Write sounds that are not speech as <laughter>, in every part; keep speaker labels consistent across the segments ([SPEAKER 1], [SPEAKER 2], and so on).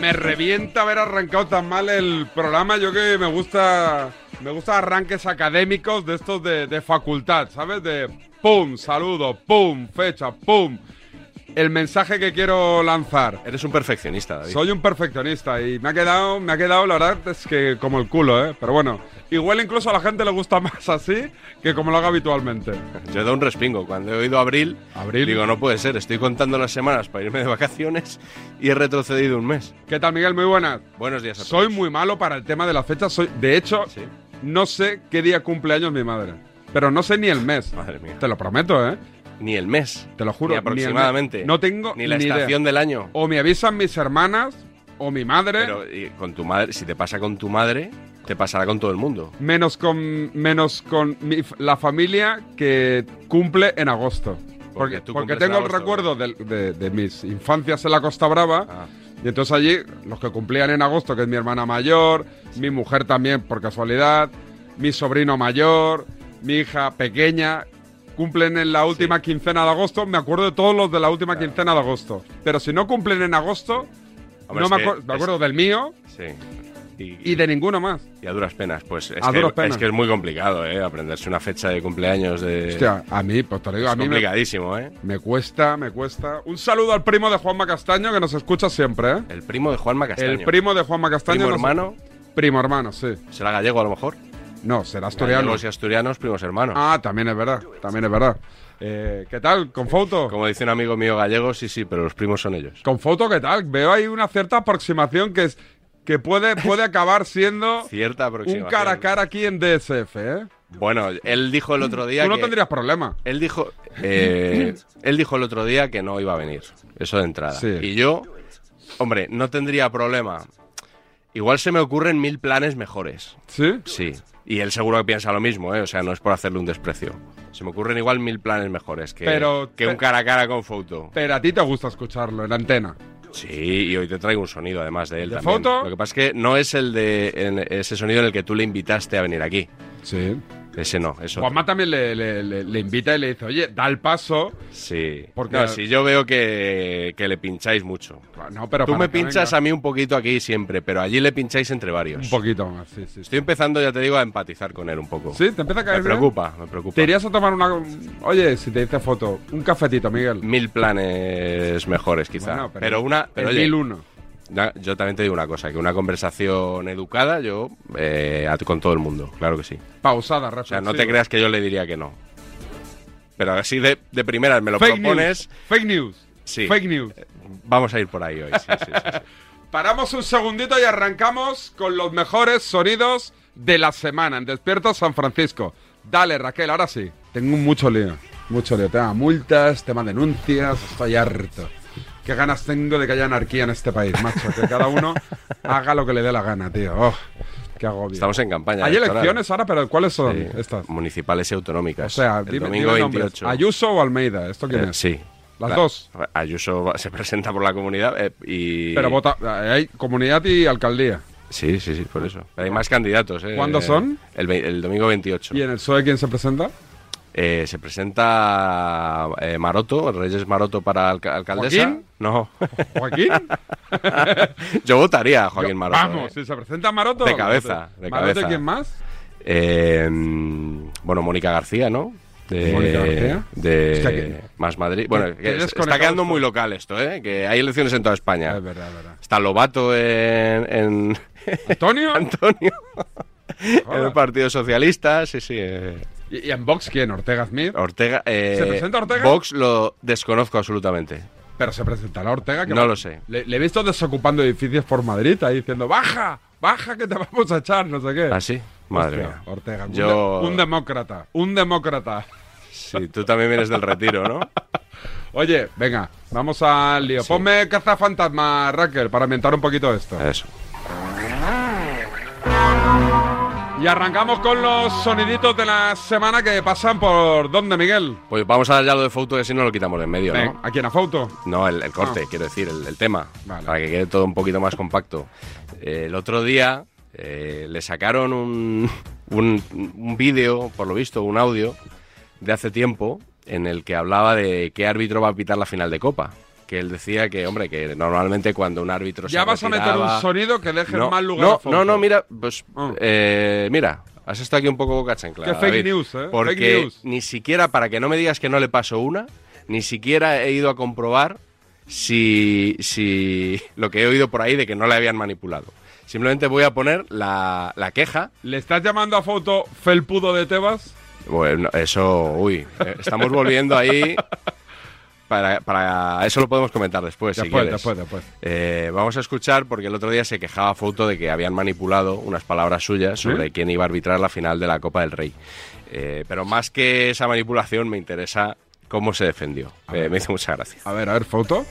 [SPEAKER 1] me revienta haber arrancado tan mal el programa. Yo que me gusta, me gusta arranques académicos de estos de, de facultad, ¿sabes? De pum, saludo, pum, fecha, pum. El mensaje que quiero lanzar.
[SPEAKER 2] Eres un perfeccionista, David.
[SPEAKER 1] Soy un perfeccionista y me ha quedado, me ha quedado la verdad es que como el culo, ¿eh? Pero bueno, igual incluso a la gente le gusta <laughs> más así que como lo haga habitualmente.
[SPEAKER 2] Yo he dado un respingo. Cuando he oído abril,
[SPEAKER 1] Abril.
[SPEAKER 2] digo, no puede ser, estoy contando las semanas para irme de vacaciones y he retrocedido un mes.
[SPEAKER 1] ¿Qué tal, Miguel? Muy buenas.
[SPEAKER 2] Buenos días a todos.
[SPEAKER 1] Soy muy malo para el tema de la fecha. Soy, de hecho,
[SPEAKER 2] Sí.
[SPEAKER 1] no sé qué día cumpleaños mi madre. Pero no sé ni el mes.
[SPEAKER 2] Madre mía.
[SPEAKER 1] Te lo prometo, ¿eh?
[SPEAKER 2] Ni el mes.
[SPEAKER 1] Te lo juro.
[SPEAKER 2] Ni
[SPEAKER 1] el mes.
[SPEAKER 2] aproximadamente.
[SPEAKER 1] no tengo
[SPEAKER 2] Ni la
[SPEAKER 1] ni idea.
[SPEAKER 2] estación del año.
[SPEAKER 1] O me avisan mis hermanas o mi madre.
[SPEAKER 2] Pero y con tu madre, si te pasa con tu madre, te pasará con todo el mundo.
[SPEAKER 1] Menos con, menos con mi f- la familia que cumple en agosto. Porque,
[SPEAKER 2] Porque tú
[SPEAKER 1] porque
[SPEAKER 2] cumples en
[SPEAKER 1] tengo el
[SPEAKER 2] agosto.
[SPEAKER 1] recuerdo del- de, de mis infancias en la Costa Brava.
[SPEAKER 2] Ah.
[SPEAKER 1] Y entonces allí, los que cumplían en agosto, que es mi hermana mayor, mi mujer también por casualidad, mi sobrino mayor, mi hija pequeña, cumplen en la última quincena de agosto. Me acuerdo de todos los de la última quincena de agosto. Pero si no cumplen en agosto,
[SPEAKER 2] Hombre,
[SPEAKER 1] no
[SPEAKER 2] es
[SPEAKER 1] me,
[SPEAKER 2] que
[SPEAKER 1] acuer- me
[SPEAKER 2] es-
[SPEAKER 1] acuerdo del mío
[SPEAKER 2] Sí.
[SPEAKER 1] y de ninguno más.
[SPEAKER 2] Y a duras penas, pues es,
[SPEAKER 1] A
[SPEAKER 2] que,
[SPEAKER 1] duras penas.
[SPEAKER 2] es que es muy complicado, ¿eh? Aprenderse una fecha de cumpleaños de...
[SPEAKER 1] Hostia, a mí, pues te lo digo,
[SPEAKER 2] es
[SPEAKER 1] a mí me,
[SPEAKER 2] complicadísimo, ¿eh?
[SPEAKER 1] Me cuesta, me cuesta. Un saludo al primo de Juanma Castaño que nos escucha siempre, ¿eh?
[SPEAKER 2] El primo de Juanma Castaño.
[SPEAKER 1] El primo de Juanma Castaño.
[SPEAKER 2] Primo
[SPEAKER 1] nos-
[SPEAKER 2] hermano.
[SPEAKER 1] Primo hermano, sí.
[SPEAKER 2] ¿Será gallego a lo mejor?
[SPEAKER 1] No, será asturiano.
[SPEAKER 2] Gallegos y asturianos, primos hermanos.
[SPEAKER 1] Ah, también es verdad, también es verdad. Eh, ¿Qué tal? ¿Con foto?
[SPEAKER 2] Como dice un amigo mío gallego, sí, sí, pero los primos son ellos.
[SPEAKER 1] ¿Con foto qué tal? Veo ahí una cierta aproximación que es que puede,
[SPEAKER 2] <laughs>
[SPEAKER 1] puede acabar siendo
[SPEAKER 2] Cierta
[SPEAKER 1] un
[SPEAKER 2] aproximación.
[SPEAKER 1] cara a cara aquí en DSF, ¿eh?
[SPEAKER 2] Bueno, él dijo el otro día
[SPEAKER 1] Tú no
[SPEAKER 2] que...
[SPEAKER 1] tendrías problema.
[SPEAKER 2] Él dijo, eh, él dijo el otro día que no iba a venir, eso de entrada.
[SPEAKER 1] Sí.
[SPEAKER 2] Y yo, hombre, no tendría problema. Igual se me ocurren mil planes mejores.
[SPEAKER 1] ¿Sí?
[SPEAKER 2] Sí. Y él seguro que piensa lo mismo, ¿eh? O sea, no es por hacerle un desprecio. Se me ocurren igual mil planes mejores que,
[SPEAKER 1] Pero-
[SPEAKER 2] que un cara a cara con foto.
[SPEAKER 1] Pero a ti te gusta escucharlo en la antena.
[SPEAKER 2] Sí, y hoy te traigo un sonido además de él
[SPEAKER 1] ¿De
[SPEAKER 2] también.
[SPEAKER 1] Fouto?
[SPEAKER 2] Lo que pasa es que no es el de en- ese sonido en el que tú le invitaste a venir aquí.
[SPEAKER 1] Sí.
[SPEAKER 2] Ese no, eso.
[SPEAKER 1] Juanma también le, le- le- le invita y le dice, oye, da el paso.
[SPEAKER 2] Sí.
[SPEAKER 1] Porque-
[SPEAKER 2] No, sí, yo veo que, que le pincháis mucho.
[SPEAKER 1] No, pero
[SPEAKER 2] Tú
[SPEAKER 1] para
[SPEAKER 2] me
[SPEAKER 1] que
[SPEAKER 2] pinchas
[SPEAKER 1] venga.
[SPEAKER 2] a mí un poquito aquí siempre, pero allí le pincháis entre varios.
[SPEAKER 1] Un poquito más, sí, sí. sí.
[SPEAKER 2] Estoy empezando, ya te digo, a empatizar con él un poco.
[SPEAKER 1] Sí, te empieza a caer
[SPEAKER 2] Me
[SPEAKER 1] bien?
[SPEAKER 2] preocupa, me preocupa.
[SPEAKER 1] Te irías a tomar una... Oye, si te dice foto, un cafetito, Miguel.
[SPEAKER 2] Mil planes mejores, quizá.
[SPEAKER 1] Bueno,
[SPEAKER 2] pero, una. Pero
[SPEAKER 1] el
[SPEAKER 2] oye,
[SPEAKER 1] mil uno.
[SPEAKER 2] na- yo también te digo una cosa: que una conversación educada, yo. eh, a- con todo el mundo, claro que sí.
[SPEAKER 1] Pausada,
[SPEAKER 2] O
[SPEAKER 1] reflexiva.
[SPEAKER 2] sea, no te creas que yo le diría que no. Pero así de, de primeras me lo
[SPEAKER 1] Fake
[SPEAKER 2] propones.
[SPEAKER 1] news. Fake news.
[SPEAKER 2] Sí. Eh,
[SPEAKER 1] Fake news.
[SPEAKER 2] Vamos a ir por ahí hoy. sí, sí, sí, sí.
[SPEAKER 1] Paramos un segundito y arrancamos con los mejores sonidos de la semana en Despierta San Francisco. Dale, Raquel, ahora sí. Tengo mucho lío. Mucho lío. Tema multas, tema denuncias. Estoy harto. Qué ganas tengo de que haya anarquía en este país, macho. Que cada
[SPEAKER 2] <laughs>
[SPEAKER 1] uno haga lo que le dé la gana, tío. Oh, qué agobio.
[SPEAKER 2] Estamos en campaña.
[SPEAKER 1] Hay
[SPEAKER 2] electoral.
[SPEAKER 1] elecciones ahora, pero ¿cuáles son
[SPEAKER 2] Sí,
[SPEAKER 1] estas?
[SPEAKER 2] Municipales y autonómicas.
[SPEAKER 1] O sea,
[SPEAKER 2] el
[SPEAKER 1] dime,
[SPEAKER 2] domingo
[SPEAKER 1] dime nombres.
[SPEAKER 2] 28.
[SPEAKER 1] ¿Ayuso o Almeida? ¿Esto quién
[SPEAKER 2] Eh,
[SPEAKER 1] es?
[SPEAKER 2] sí.
[SPEAKER 1] Las
[SPEAKER 2] La-
[SPEAKER 1] dos.
[SPEAKER 2] Ayuso va- se <laughs> presenta por la comunidad eh, y.
[SPEAKER 1] Pero vota, eh, hay comunidad y alcaldía.
[SPEAKER 2] Sí, sí, sí, por eso. Pero hay más candidatos. eh.
[SPEAKER 1] ¿Cuándo son?
[SPEAKER 2] El, vei- el domingo 28.
[SPEAKER 1] ¿Y en el PSOE quién se presenta?
[SPEAKER 2] Eh, se presenta eh, Maroto, Reyes Maroto para alca- alcaldesa.
[SPEAKER 1] ¿Joaquín?
[SPEAKER 2] No.
[SPEAKER 1] ¿Joaquín?
[SPEAKER 2] <laughs> Yo votaría a Joaquín Maroto.
[SPEAKER 1] Vamos,
[SPEAKER 2] eh.
[SPEAKER 1] si se presenta Maroto.
[SPEAKER 2] De cabeza, de
[SPEAKER 1] ¿Maroto
[SPEAKER 2] cabeza.
[SPEAKER 1] quién más?
[SPEAKER 2] Eh, mm, bueno, Mónica García, ¿no? De,
[SPEAKER 1] Mónica García.
[SPEAKER 2] de
[SPEAKER 1] Hostia, que-
[SPEAKER 2] Más Madrid. Bueno,
[SPEAKER 1] que
[SPEAKER 2] que es- está
[SPEAKER 1] desconectado
[SPEAKER 2] quedando
[SPEAKER 1] estoy.
[SPEAKER 2] muy local esto, ¿eh? Que hay elecciones en toda España.
[SPEAKER 1] Es verdad, es verdad.
[SPEAKER 2] Está Lobato en, en
[SPEAKER 1] <laughs> ¿Antonio?
[SPEAKER 2] <laughs> Antonio, en
[SPEAKER 1] Joder.
[SPEAKER 2] el Partido Socialista, sí, sí. eh.
[SPEAKER 1] ¿Y, y en Vox quién? ¿Ortega Smith?
[SPEAKER 2] Ortega. eh,
[SPEAKER 1] ¿Se presenta Ortega?
[SPEAKER 2] Vox lo desconozco absolutamente.
[SPEAKER 1] Pero se presentará Ortega. que
[SPEAKER 2] No
[SPEAKER 1] va-
[SPEAKER 2] lo sé.
[SPEAKER 1] Le, le he visto desocupando edificios por Madrid, ahí diciendo, baja, baja que te vamos a echar, no sé qué.
[SPEAKER 2] ¿Ah, sí? Madre
[SPEAKER 1] Hostia,
[SPEAKER 2] mía.
[SPEAKER 1] Ortega, un
[SPEAKER 2] Yo-
[SPEAKER 1] de- un demócrata, un demócrata.
[SPEAKER 2] Sí, tú también vienes del retiro,
[SPEAKER 1] <laughs>
[SPEAKER 2] ¿no?
[SPEAKER 1] Oye, venga, vamos al lío. Ponme cazafantasma, Raquel, para ambientar un poquito esto.
[SPEAKER 2] Eso.
[SPEAKER 1] Y arrancamos con los soniditos de la semana que pasan por donde, Miguel.
[SPEAKER 2] Pues vamos a dar ya lo de foto, que si no lo quitamos de en medio,
[SPEAKER 1] Ven,
[SPEAKER 2] ¿no?
[SPEAKER 1] aquí en Afauto.
[SPEAKER 2] No, el, el corte,
[SPEAKER 1] Ah.
[SPEAKER 2] quiero decir, el, el tema,
[SPEAKER 1] Vale.
[SPEAKER 2] para que quede todo un poquito más compacto. Eh, el otro día eh, le sacaron un, un, un vídeo, por lo visto, un audio de hace tiempo, en el que hablaba de qué árbitro va a pitar la final de Copa. que él decía que, hombre, que normalmente cuando un árbitro
[SPEAKER 1] Ya
[SPEAKER 2] se
[SPEAKER 1] vas a meter
[SPEAKER 2] retiraba-
[SPEAKER 1] un sonido que deje
[SPEAKER 2] no,
[SPEAKER 1] mal lugar
[SPEAKER 2] no,
[SPEAKER 1] a Fonso.
[SPEAKER 2] No, no, mira, pues,
[SPEAKER 1] Ah.
[SPEAKER 2] eh, mira, has estado aquí un poco boca chancla.
[SPEAKER 1] Qué fake
[SPEAKER 2] David,
[SPEAKER 1] news, ¿eh?
[SPEAKER 2] Porque
[SPEAKER 1] Fake news.
[SPEAKER 2] ni siquiera, para que no me digas que no le pasó una, ni siquiera he ido a comprobar si, si lo que he oído por ahí de que no le habían manipulado. Simplemente voy a poner la, la queja.
[SPEAKER 1] ¿Le estás llamando a foto felpudo de Tebas?
[SPEAKER 2] Bueno, eso, uy, eh, estamos volviendo ahí. Para, para- eso lo podemos comentar después, Pues si
[SPEAKER 1] después,
[SPEAKER 2] quieres.
[SPEAKER 1] después, después.
[SPEAKER 2] Eh, vamos a escuchar porque el otro día se quejaba Fouto de que habían manipulado unas palabras suyas sobre
[SPEAKER 1] ¿Eh?
[SPEAKER 2] quién iba a arbitrar la final de la Copa del Rey. Eh, pero más que esa manipulación me interesa cómo se defendió. Eh, me hizo mucha gracia.
[SPEAKER 1] A ver, a ver, foto.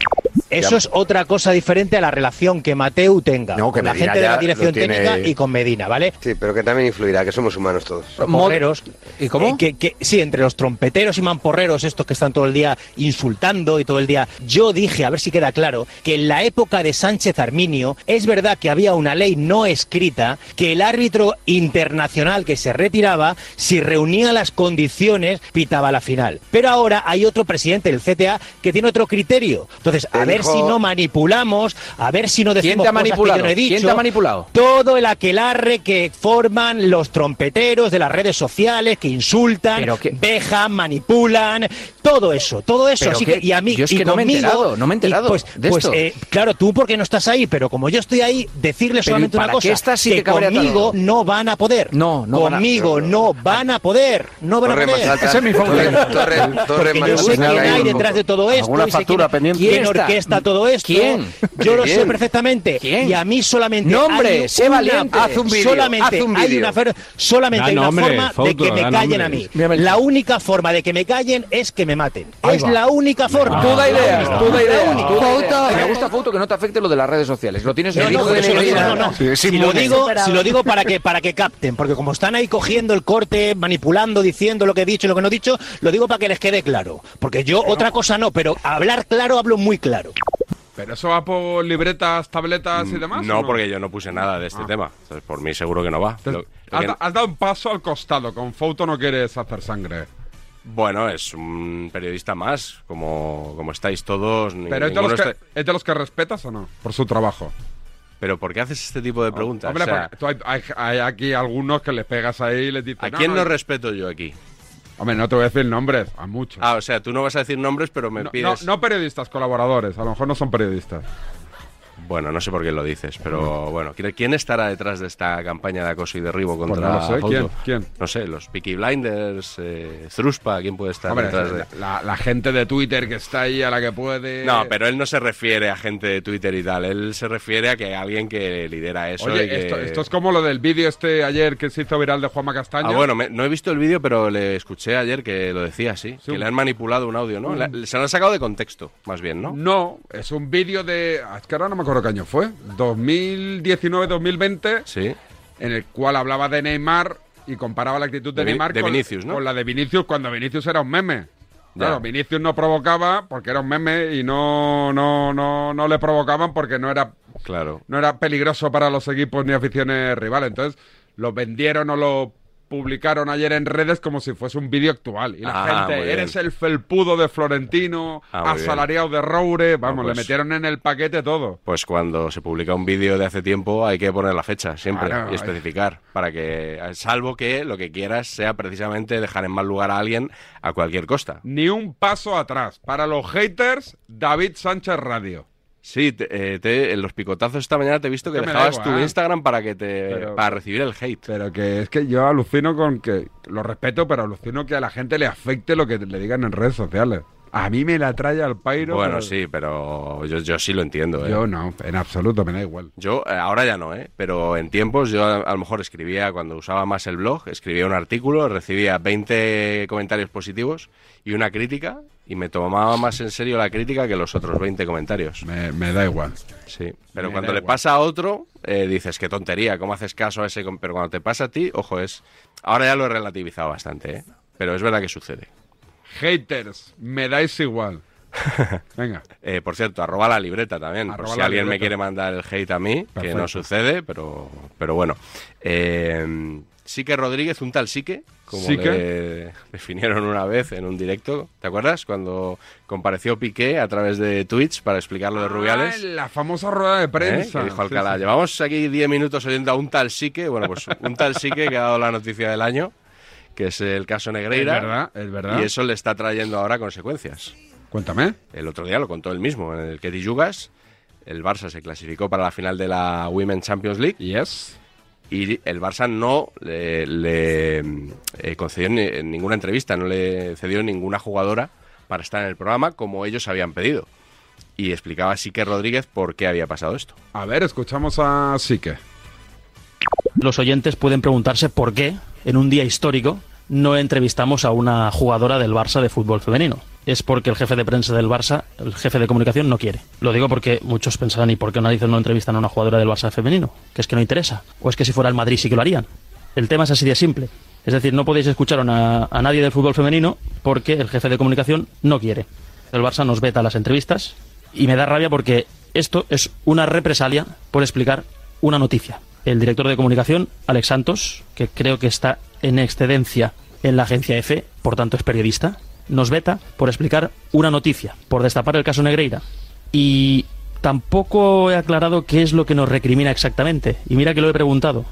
[SPEAKER 3] Eso es otra cosa diferente a la relación que Mateu tenga
[SPEAKER 4] No, que
[SPEAKER 3] con la
[SPEAKER 4] Medina
[SPEAKER 3] gente de
[SPEAKER 4] ya
[SPEAKER 3] la dirección
[SPEAKER 4] lo tiene-
[SPEAKER 3] técnica y con Medina, ¿vale?
[SPEAKER 4] Sí, pero que también influirá, que somos humanos todos.
[SPEAKER 3] Mamporreros.
[SPEAKER 5] ¿Y cómo?
[SPEAKER 3] eh, que, que- sí, entre los trompeteros y mamporreros, estos que están todo el día insultando y todo el día. Yo dije, a ver si queda claro, que en la época de Sánchez Arminio es verdad que había una ley no escrita que el árbitro internacional que se retiraba, si reunía las condiciones, pitaba la final. Pero ahora hay otro presidente del CTA que tiene otro criterio. Entonces, a
[SPEAKER 4] Te
[SPEAKER 3] ver
[SPEAKER 4] dijo-
[SPEAKER 3] si no manipulamos, a ver si no
[SPEAKER 5] ¿Quién
[SPEAKER 3] decimos
[SPEAKER 5] te ha
[SPEAKER 3] cosas que yo
[SPEAKER 5] manipulado?
[SPEAKER 3] no he
[SPEAKER 5] ¿Quién te
[SPEAKER 3] dicho
[SPEAKER 5] ha manipulado?
[SPEAKER 3] todo el aquelarre que forman los trompeteros de las redes sociales que insultan,
[SPEAKER 5] Pero que-
[SPEAKER 3] vejan, manipulan, todo eso, todo eso.
[SPEAKER 5] Pero
[SPEAKER 3] Así
[SPEAKER 5] que-
[SPEAKER 3] que, y a mí,
[SPEAKER 5] yo es
[SPEAKER 3] y
[SPEAKER 5] que no me he
[SPEAKER 3] conmigo-
[SPEAKER 5] enterado, no me he
[SPEAKER 3] y
[SPEAKER 5] enterado
[SPEAKER 3] pues,
[SPEAKER 5] de
[SPEAKER 3] pues,
[SPEAKER 5] esto.
[SPEAKER 3] eh, claro, tú porque no estás ahí, pero como yo estoy ahí, decirle
[SPEAKER 5] Pero ¿y
[SPEAKER 3] solamente una
[SPEAKER 5] para qué
[SPEAKER 3] cosa,
[SPEAKER 5] estás si
[SPEAKER 3] que
[SPEAKER 5] te cabrea
[SPEAKER 3] conmigo
[SPEAKER 5] tanto?
[SPEAKER 3] no van a poder.
[SPEAKER 5] No, no van a-
[SPEAKER 3] Conmigo
[SPEAKER 4] no,
[SPEAKER 3] no van a poder, no van a
[SPEAKER 4] Torre
[SPEAKER 3] poder.
[SPEAKER 4] más alta.
[SPEAKER 5] Ese es mi favorito.
[SPEAKER 4] Torre, torre, torre
[SPEAKER 3] Porque
[SPEAKER 4] más
[SPEAKER 3] yo sé quién
[SPEAKER 4] alta.
[SPEAKER 3] hay detrás de todo esto.
[SPEAKER 6] ¿Alguna
[SPEAKER 3] y sé
[SPEAKER 6] factura
[SPEAKER 3] quién-
[SPEAKER 6] pendiente?
[SPEAKER 3] quién
[SPEAKER 5] ¿Quién está?
[SPEAKER 3] orquesta todo esto.
[SPEAKER 5] ¿Quién?
[SPEAKER 3] Yo lo sé
[SPEAKER 4] ¿Quién?
[SPEAKER 3] perfectamente.
[SPEAKER 5] ¿Quién?
[SPEAKER 3] Y a mí solamente.
[SPEAKER 5] Nombre,
[SPEAKER 3] hay
[SPEAKER 5] sé
[SPEAKER 3] una-
[SPEAKER 5] valiente.
[SPEAKER 4] Haz un vídeo,
[SPEAKER 3] Solamente
[SPEAKER 4] haz un
[SPEAKER 3] hay
[SPEAKER 4] vídeo.
[SPEAKER 3] una, fer- solamente
[SPEAKER 7] Da
[SPEAKER 3] hay una
[SPEAKER 7] nombre,
[SPEAKER 3] forma de
[SPEAKER 7] Fouto,
[SPEAKER 3] que me
[SPEAKER 7] da
[SPEAKER 3] callen
[SPEAKER 7] nombre.
[SPEAKER 3] a mí.
[SPEAKER 5] Mira, mira.
[SPEAKER 3] La única forma de que me callen es que me maten.
[SPEAKER 5] Ahí
[SPEAKER 3] Es
[SPEAKER 5] va.
[SPEAKER 3] la única
[SPEAKER 7] Ah.
[SPEAKER 3] forma.
[SPEAKER 5] Tú da ideas, tú da ideas.
[SPEAKER 3] única.
[SPEAKER 5] tú da ideas. Me gusta foto que no te afecte lo de las redes sociales. Lo tienes
[SPEAKER 3] No,
[SPEAKER 5] en
[SPEAKER 3] no,
[SPEAKER 5] el
[SPEAKER 3] por
[SPEAKER 5] libro
[SPEAKER 3] eso
[SPEAKER 5] de
[SPEAKER 3] lo digo,
[SPEAKER 5] negrita.
[SPEAKER 3] no, no. Si lo digo, si lo digo para que para que capten, porque como están ahí cogiendo el corte, manipulando, diciendo lo que he dicho y lo que no he dicho, lo digo para que les quede claro, porque yo otra cosa no, pero hablar claro hablo muy claro.
[SPEAKER 1] ¿Pero eso va por libretas, tabletas y demás?
[SPEAKER 2] Mm, No,
[SPEAKER 1] o Ah.
[SPEAKER 2] porque yo no puse nada de este tema. Entonces, por mí seguro que no va.
[SPEAKER 1] Te-
[SPEAKER 2] Lo- lo
[SPEAKER 1] has,
[SPEAKER 2] que-
[SPEAKER 1] da- has dado un paso al costado. Con foto no quieres hacer sangre.
[SPEAKER 2] bueno, es un periodista más, como, como estáis todos. ni-
[SPEAKER 1] Pero es de,
[SPEAKER 2] ninguno
[SPEAKER 1] los que,
[SPEAKER 2] está-
[SPEAKER 1] ¿es de los que respetas o no? Por su trabajo.
[SPEAKER 2] Pero ¿por qué haces este tipo de
[SPEAKER 1] Oh,
[SPEAKER 2] preguntas?
[SPEAKER 1] Hombre,
[SPEAKER 2] O sea,
[SPEAKER 1] porque tú hay, hay- hay aquí algunos que les pegas ahí y les dices.
[SPEAKER 2] ¿A quién no
[SPEAKER 1] no,
[SPEAKER 2] respeto yo aquí?
[SPEAKER 1] Hombre, no te voy a decir nombres, a muchos.
[SPEAKER 2] Ah, o sea, tú no vas a decir nombres, pero me
[SPEAKER 1] no, no-
[SPEAKER 2] pides.
[SPEAKER 1] no periodistas, colaboradores. A lo mejor no son periodistas.
[SPEAKER 2] Bueno, no sé por qué lo dices, pero bueno, ¿quién- ¿quién estará detrás de esta campaña de acoso y derribo
[SPEAKER 1] Mm. Pues
[SPEAKER 2] contra
[SPEAKER 1] no lo sé.
[SPEAKER 2] Fouto?
[SPEAKER 1] ¿Quién? ¿Quién?
[SPEAKER 2] No sé, los Peaky Blinders, eh, Zruspa, ¿quién puede estar
[SPEAKER 1] Hombre,
[SPEAKER 2] detrás de...?
[SPEAKER 1] la, la- la gente de Twitter que está ahí a la que puede.
[SPEAKER 2] No, pero él no se refiere a gente de Twitter y tal, él se refiere a que alguien que lidera eso
[SPEAKER 1] Oye,
[SPEAKER 2] y que-
[SPEAKER 1] esto, esto es como lo del vídeo este ayer que se hizo viral de Juanma Castaño.
[SPEAKER 2] Ah, bueno, me- no he visto el vídeo, pero le escuché ayer que lo decía, sí,
[SPEAKER 1] Sí,
[SPEAKER 2] que
[SPEAKER 1] un-
[SPEAKER 2] le han manipulado un audio, ¿no? Le- se lo han sacado de contexto, más bien, ¿no?
[SPEAKER 1] No, es un vídeo de. ah, Es que ahora no me acuerdo qué año fue. 2019-2020,
[SPEAKER 2] Sí.
[SPEAKER 1] en el cual hablaba de Neymar y comparaba la actitud de,
[SPEAKER 2] De Vi-
[SPEAKER 1] Neymar
[SPEAKER 2] de
[SPEAKER 1] con,
[SPEAKER 2] Vinicius, ¿no?
[SPEAKER 1] con la de Vinicius cuando Vinicius era un meme.
[SPEAKER 2] Ya.
[SPEAKER 1] Claro, Vinicius no provocaba porque era un meme y no, no, no, no le provocaban porque no era
[SPEAKER 2] Claro.
[SPEAKER 1] no era peligroso para los equipos ni aficiones rivales. Entonces, lo vendieron o lo publicaron ayer en redes como si fuese un vídeo actual. Y la
[SPEAKER 2] Ah, muy
[SPEAKER 1] gente,
[SPEAKER 2] bien.
[SPEAKER 1] eres el felpudo de Florentino,
[SPEAKER 2] Ah, muy bien.
[SPEAKER 1] asalariado de Roure, vamos,
[SPEAKER 2] pues.
[SPEAKER 1] le metieron en el paquete todo.
[SPEAKER 2] Pues cuando se publica un vídeo de hace tiempo hay que poner la fecha siempre
[SPEAKER 1] Claro,
[SPEAKER 2] y especificar para que, salvo que lo que quieras sea precisamente dejar en mal lugar a alguien a cualquier costa.
[SPEAKER 1] Ni un paso atrás. Para los haters, David Sánchez Radio.
[SPEAKER 2] Sí, te- eh, te- en los picotazos esta mañana te he visto que
[SPEAKER 1] Que me da
[SPEAKER 2] dejabas
[SPEAKER 1] igual.
[SPEAKER 2] tu Instagram para que te
[SPEAKER 1] Pero-
[SPEAKER 2] para recibir el hate.
[SPEAKER 1] Pero que es que yo alucino con que, lo respeto, pero alucino que a la gente le afecte lo que le digan en redes sociales. A mí me la trae al pairo.
[SPEAKER 2] bueno,
[SPEAKER 1] pero
[SPEAKER 2] sí, pero yo, yo sí lo entiendo. ¿eh?
[SPEAKER 1] Yo no, en absoluto, me da igual.
[SPEAKER 2] Yo, eh, ahora ya no, ¿eh? pero en tiempos yo a, a lo mejor escribía, cuando usaba más el blog, escribía un artículo, recibía 20 comentarios positivos y una crítica y me tomaba más en serio la crítica que los otros 20 comentarios.
[SPEAKER 1] Me- me da igual.
[SPEAKER 2] Sí, pero
[SPEAKER 1] Me
[SPEAKER 2] cuando
[SPEAKER 1] da
[SPEAKER 2] le
[SPEAKER 1] igual.
[SPEAKER 2] pasa a otro, eh, dices, qué tontería, ¿cómo haces caso a ese? com-?" Pero cuando te pasa a ti, ojo, es... Ahora ya lo he relativizado bastante, ¿eh? pero es verdad que sucede.
[SPEAKER 1] Haters, me dais igual. Venga.
[SPEAKER 2] Eh, por cierto, arroba la libreta también.
[SPEAKER 1] Arroba
[SPEAKER 2] por si
[SPEAKER 1] la
[SPEAKER 2] alguien me
[SPEAKER 1] libreta.
[SPEAKER 2] quiere mandar el hate a mí, que
[SPEAKER 1] Perfecto.
[SPEAKER 2] no sucede, pero, pero bueno. Eh, Sique Rodríguez, un tal Sique, como
[SPEAKER 1] Sique.
[SPEAKER 2] le definieron una vez en un directo. ¿Te acuerdas? Cuando compareció Piqué a través de Twitch para explicar lo de Rubiales.
[SPEAKER 1] Ah, la famosa rueda de
[SPEAKER 2] ¿eh?
[SPEAKER 1] prensa.
[SPEAKER 2] Que dijo
[SPEAKER 1] Sí,
[SPEAKER 2] Alcalá,
[SPEAKER 1] sí.
[SPEAKER 2] llevamos aquí 10 minutos oyendo a un tal Sique. Bueno, pues un tal Sique que ha dado la noticia del año, que es el caso
[SPEAKER 1] Es
[SPEAKER 2] Negreira.
[SPEAKER 1] verdad, es verdad.
[SPEAKER 2] Y eso le está trayendo ahora consecuencias.
[SPEAKER 1] Cuéntame.
[SPEAKER 2] El otro día lo contó él mismo, en el que Yugas, el Barça se clasificó para la final de la Women Champions League
[SPEAKER 1] Yes.
[SPEAKER 2] y el Barça no le, le, mm, eh, concedió ni- ninguna entrevista, no le cedió ninguna jugadora para estar en el programa como ellos habían pedido. Y explicaba así que Rodríguez por qué había pasado esto.
[SPEAKER 1] A ver, escuchamos a Sique.
[SPEAKER 6] los oyentes pueden preguntarse por qué, en un día histórico, no entrevistamos a una jugadora del Barça de fútbol femenino. Es porque el jefe de prensa del Barça, el jefe de comunicación, no quiere. Lo digo porque muchos pensarán, ¿y por qué no dicen no entrevistan a una jugadora del Barça femenino? Que es que no interesa. O es que si fuera el Madrid sí que lo harían. El tema es así de simple. Es decir, no podéis escuchar a, una- a nadie del fútbol femenino porque el jefe de comunicación no quiere. El Barça nos veta las entrevistas y me da rabia porque esto es una represalia por explicar una noticia. El director de comunicación, Alex Santos, que creo que está en excedencia en la agencia EFE, por tanto es periodista, nos veta por explicar una noticia, por destapar el caso Negreira. Y tampoco he aclarado qué es lo que nos recrimina exactamente. Y mira que lo he preguntado.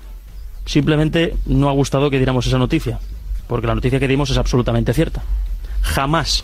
[SPEAKER 6] Simplemente no ha gustado que diéramos esa noticia, porque la noticia que dimos es absolutamente cierta. Jamás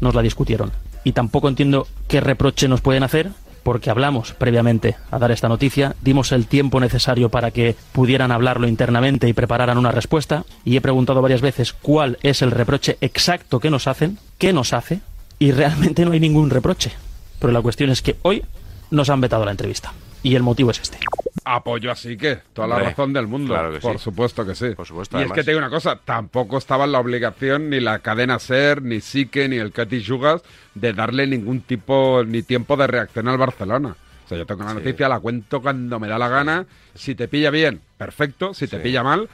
[SPEAKER 6] nos la discutieron. Y tampoco entiendo qué reproche nos pueden hacer, porque hablamos previamente a dar esta noticia, dimos el tiempo necesario para que pudieran hablarlo internamente y prepararan una respuesta, y he preguntado varias veces cuál es el reproche exacto que nos hacen, qué nos hace, y realmente no hay ningún reproche. Pero la cuestión es que hoy nos han vetado la entrevista, y el motivo es este.
[SPEAKER 1] Apoyo a Sique, toda la
[SPEAKER 2] Hombre,
[SPEAKER 1] razón del mundo.
[SPEAKER 2] claro que
[SPEAKER 1] por
[SPEAKER 2] sí.
[SPEAKER 1] supuesto que sí.
[SPEAKER 2] Por
[SPEAKER 1] Y
[SPEAKER 2] supuesto, además.
[SPEAKER 1] es que te digo una cosa, tampoco estaba en la obligación ni la cadena Ser, ni Sique, ni el Katy Yugas de darle ningún tipo ni tiempo de reacción al Barcelona. O sea, yo tengo la
[SPEAKER 2] Sí.
[SPEAKER 1] noticia, la cuento cuando me da la gana. Si te pilla bien, perfecto. Si te
[SPEAKER 2] Sí.
[SPEAKER 1] pilla mal,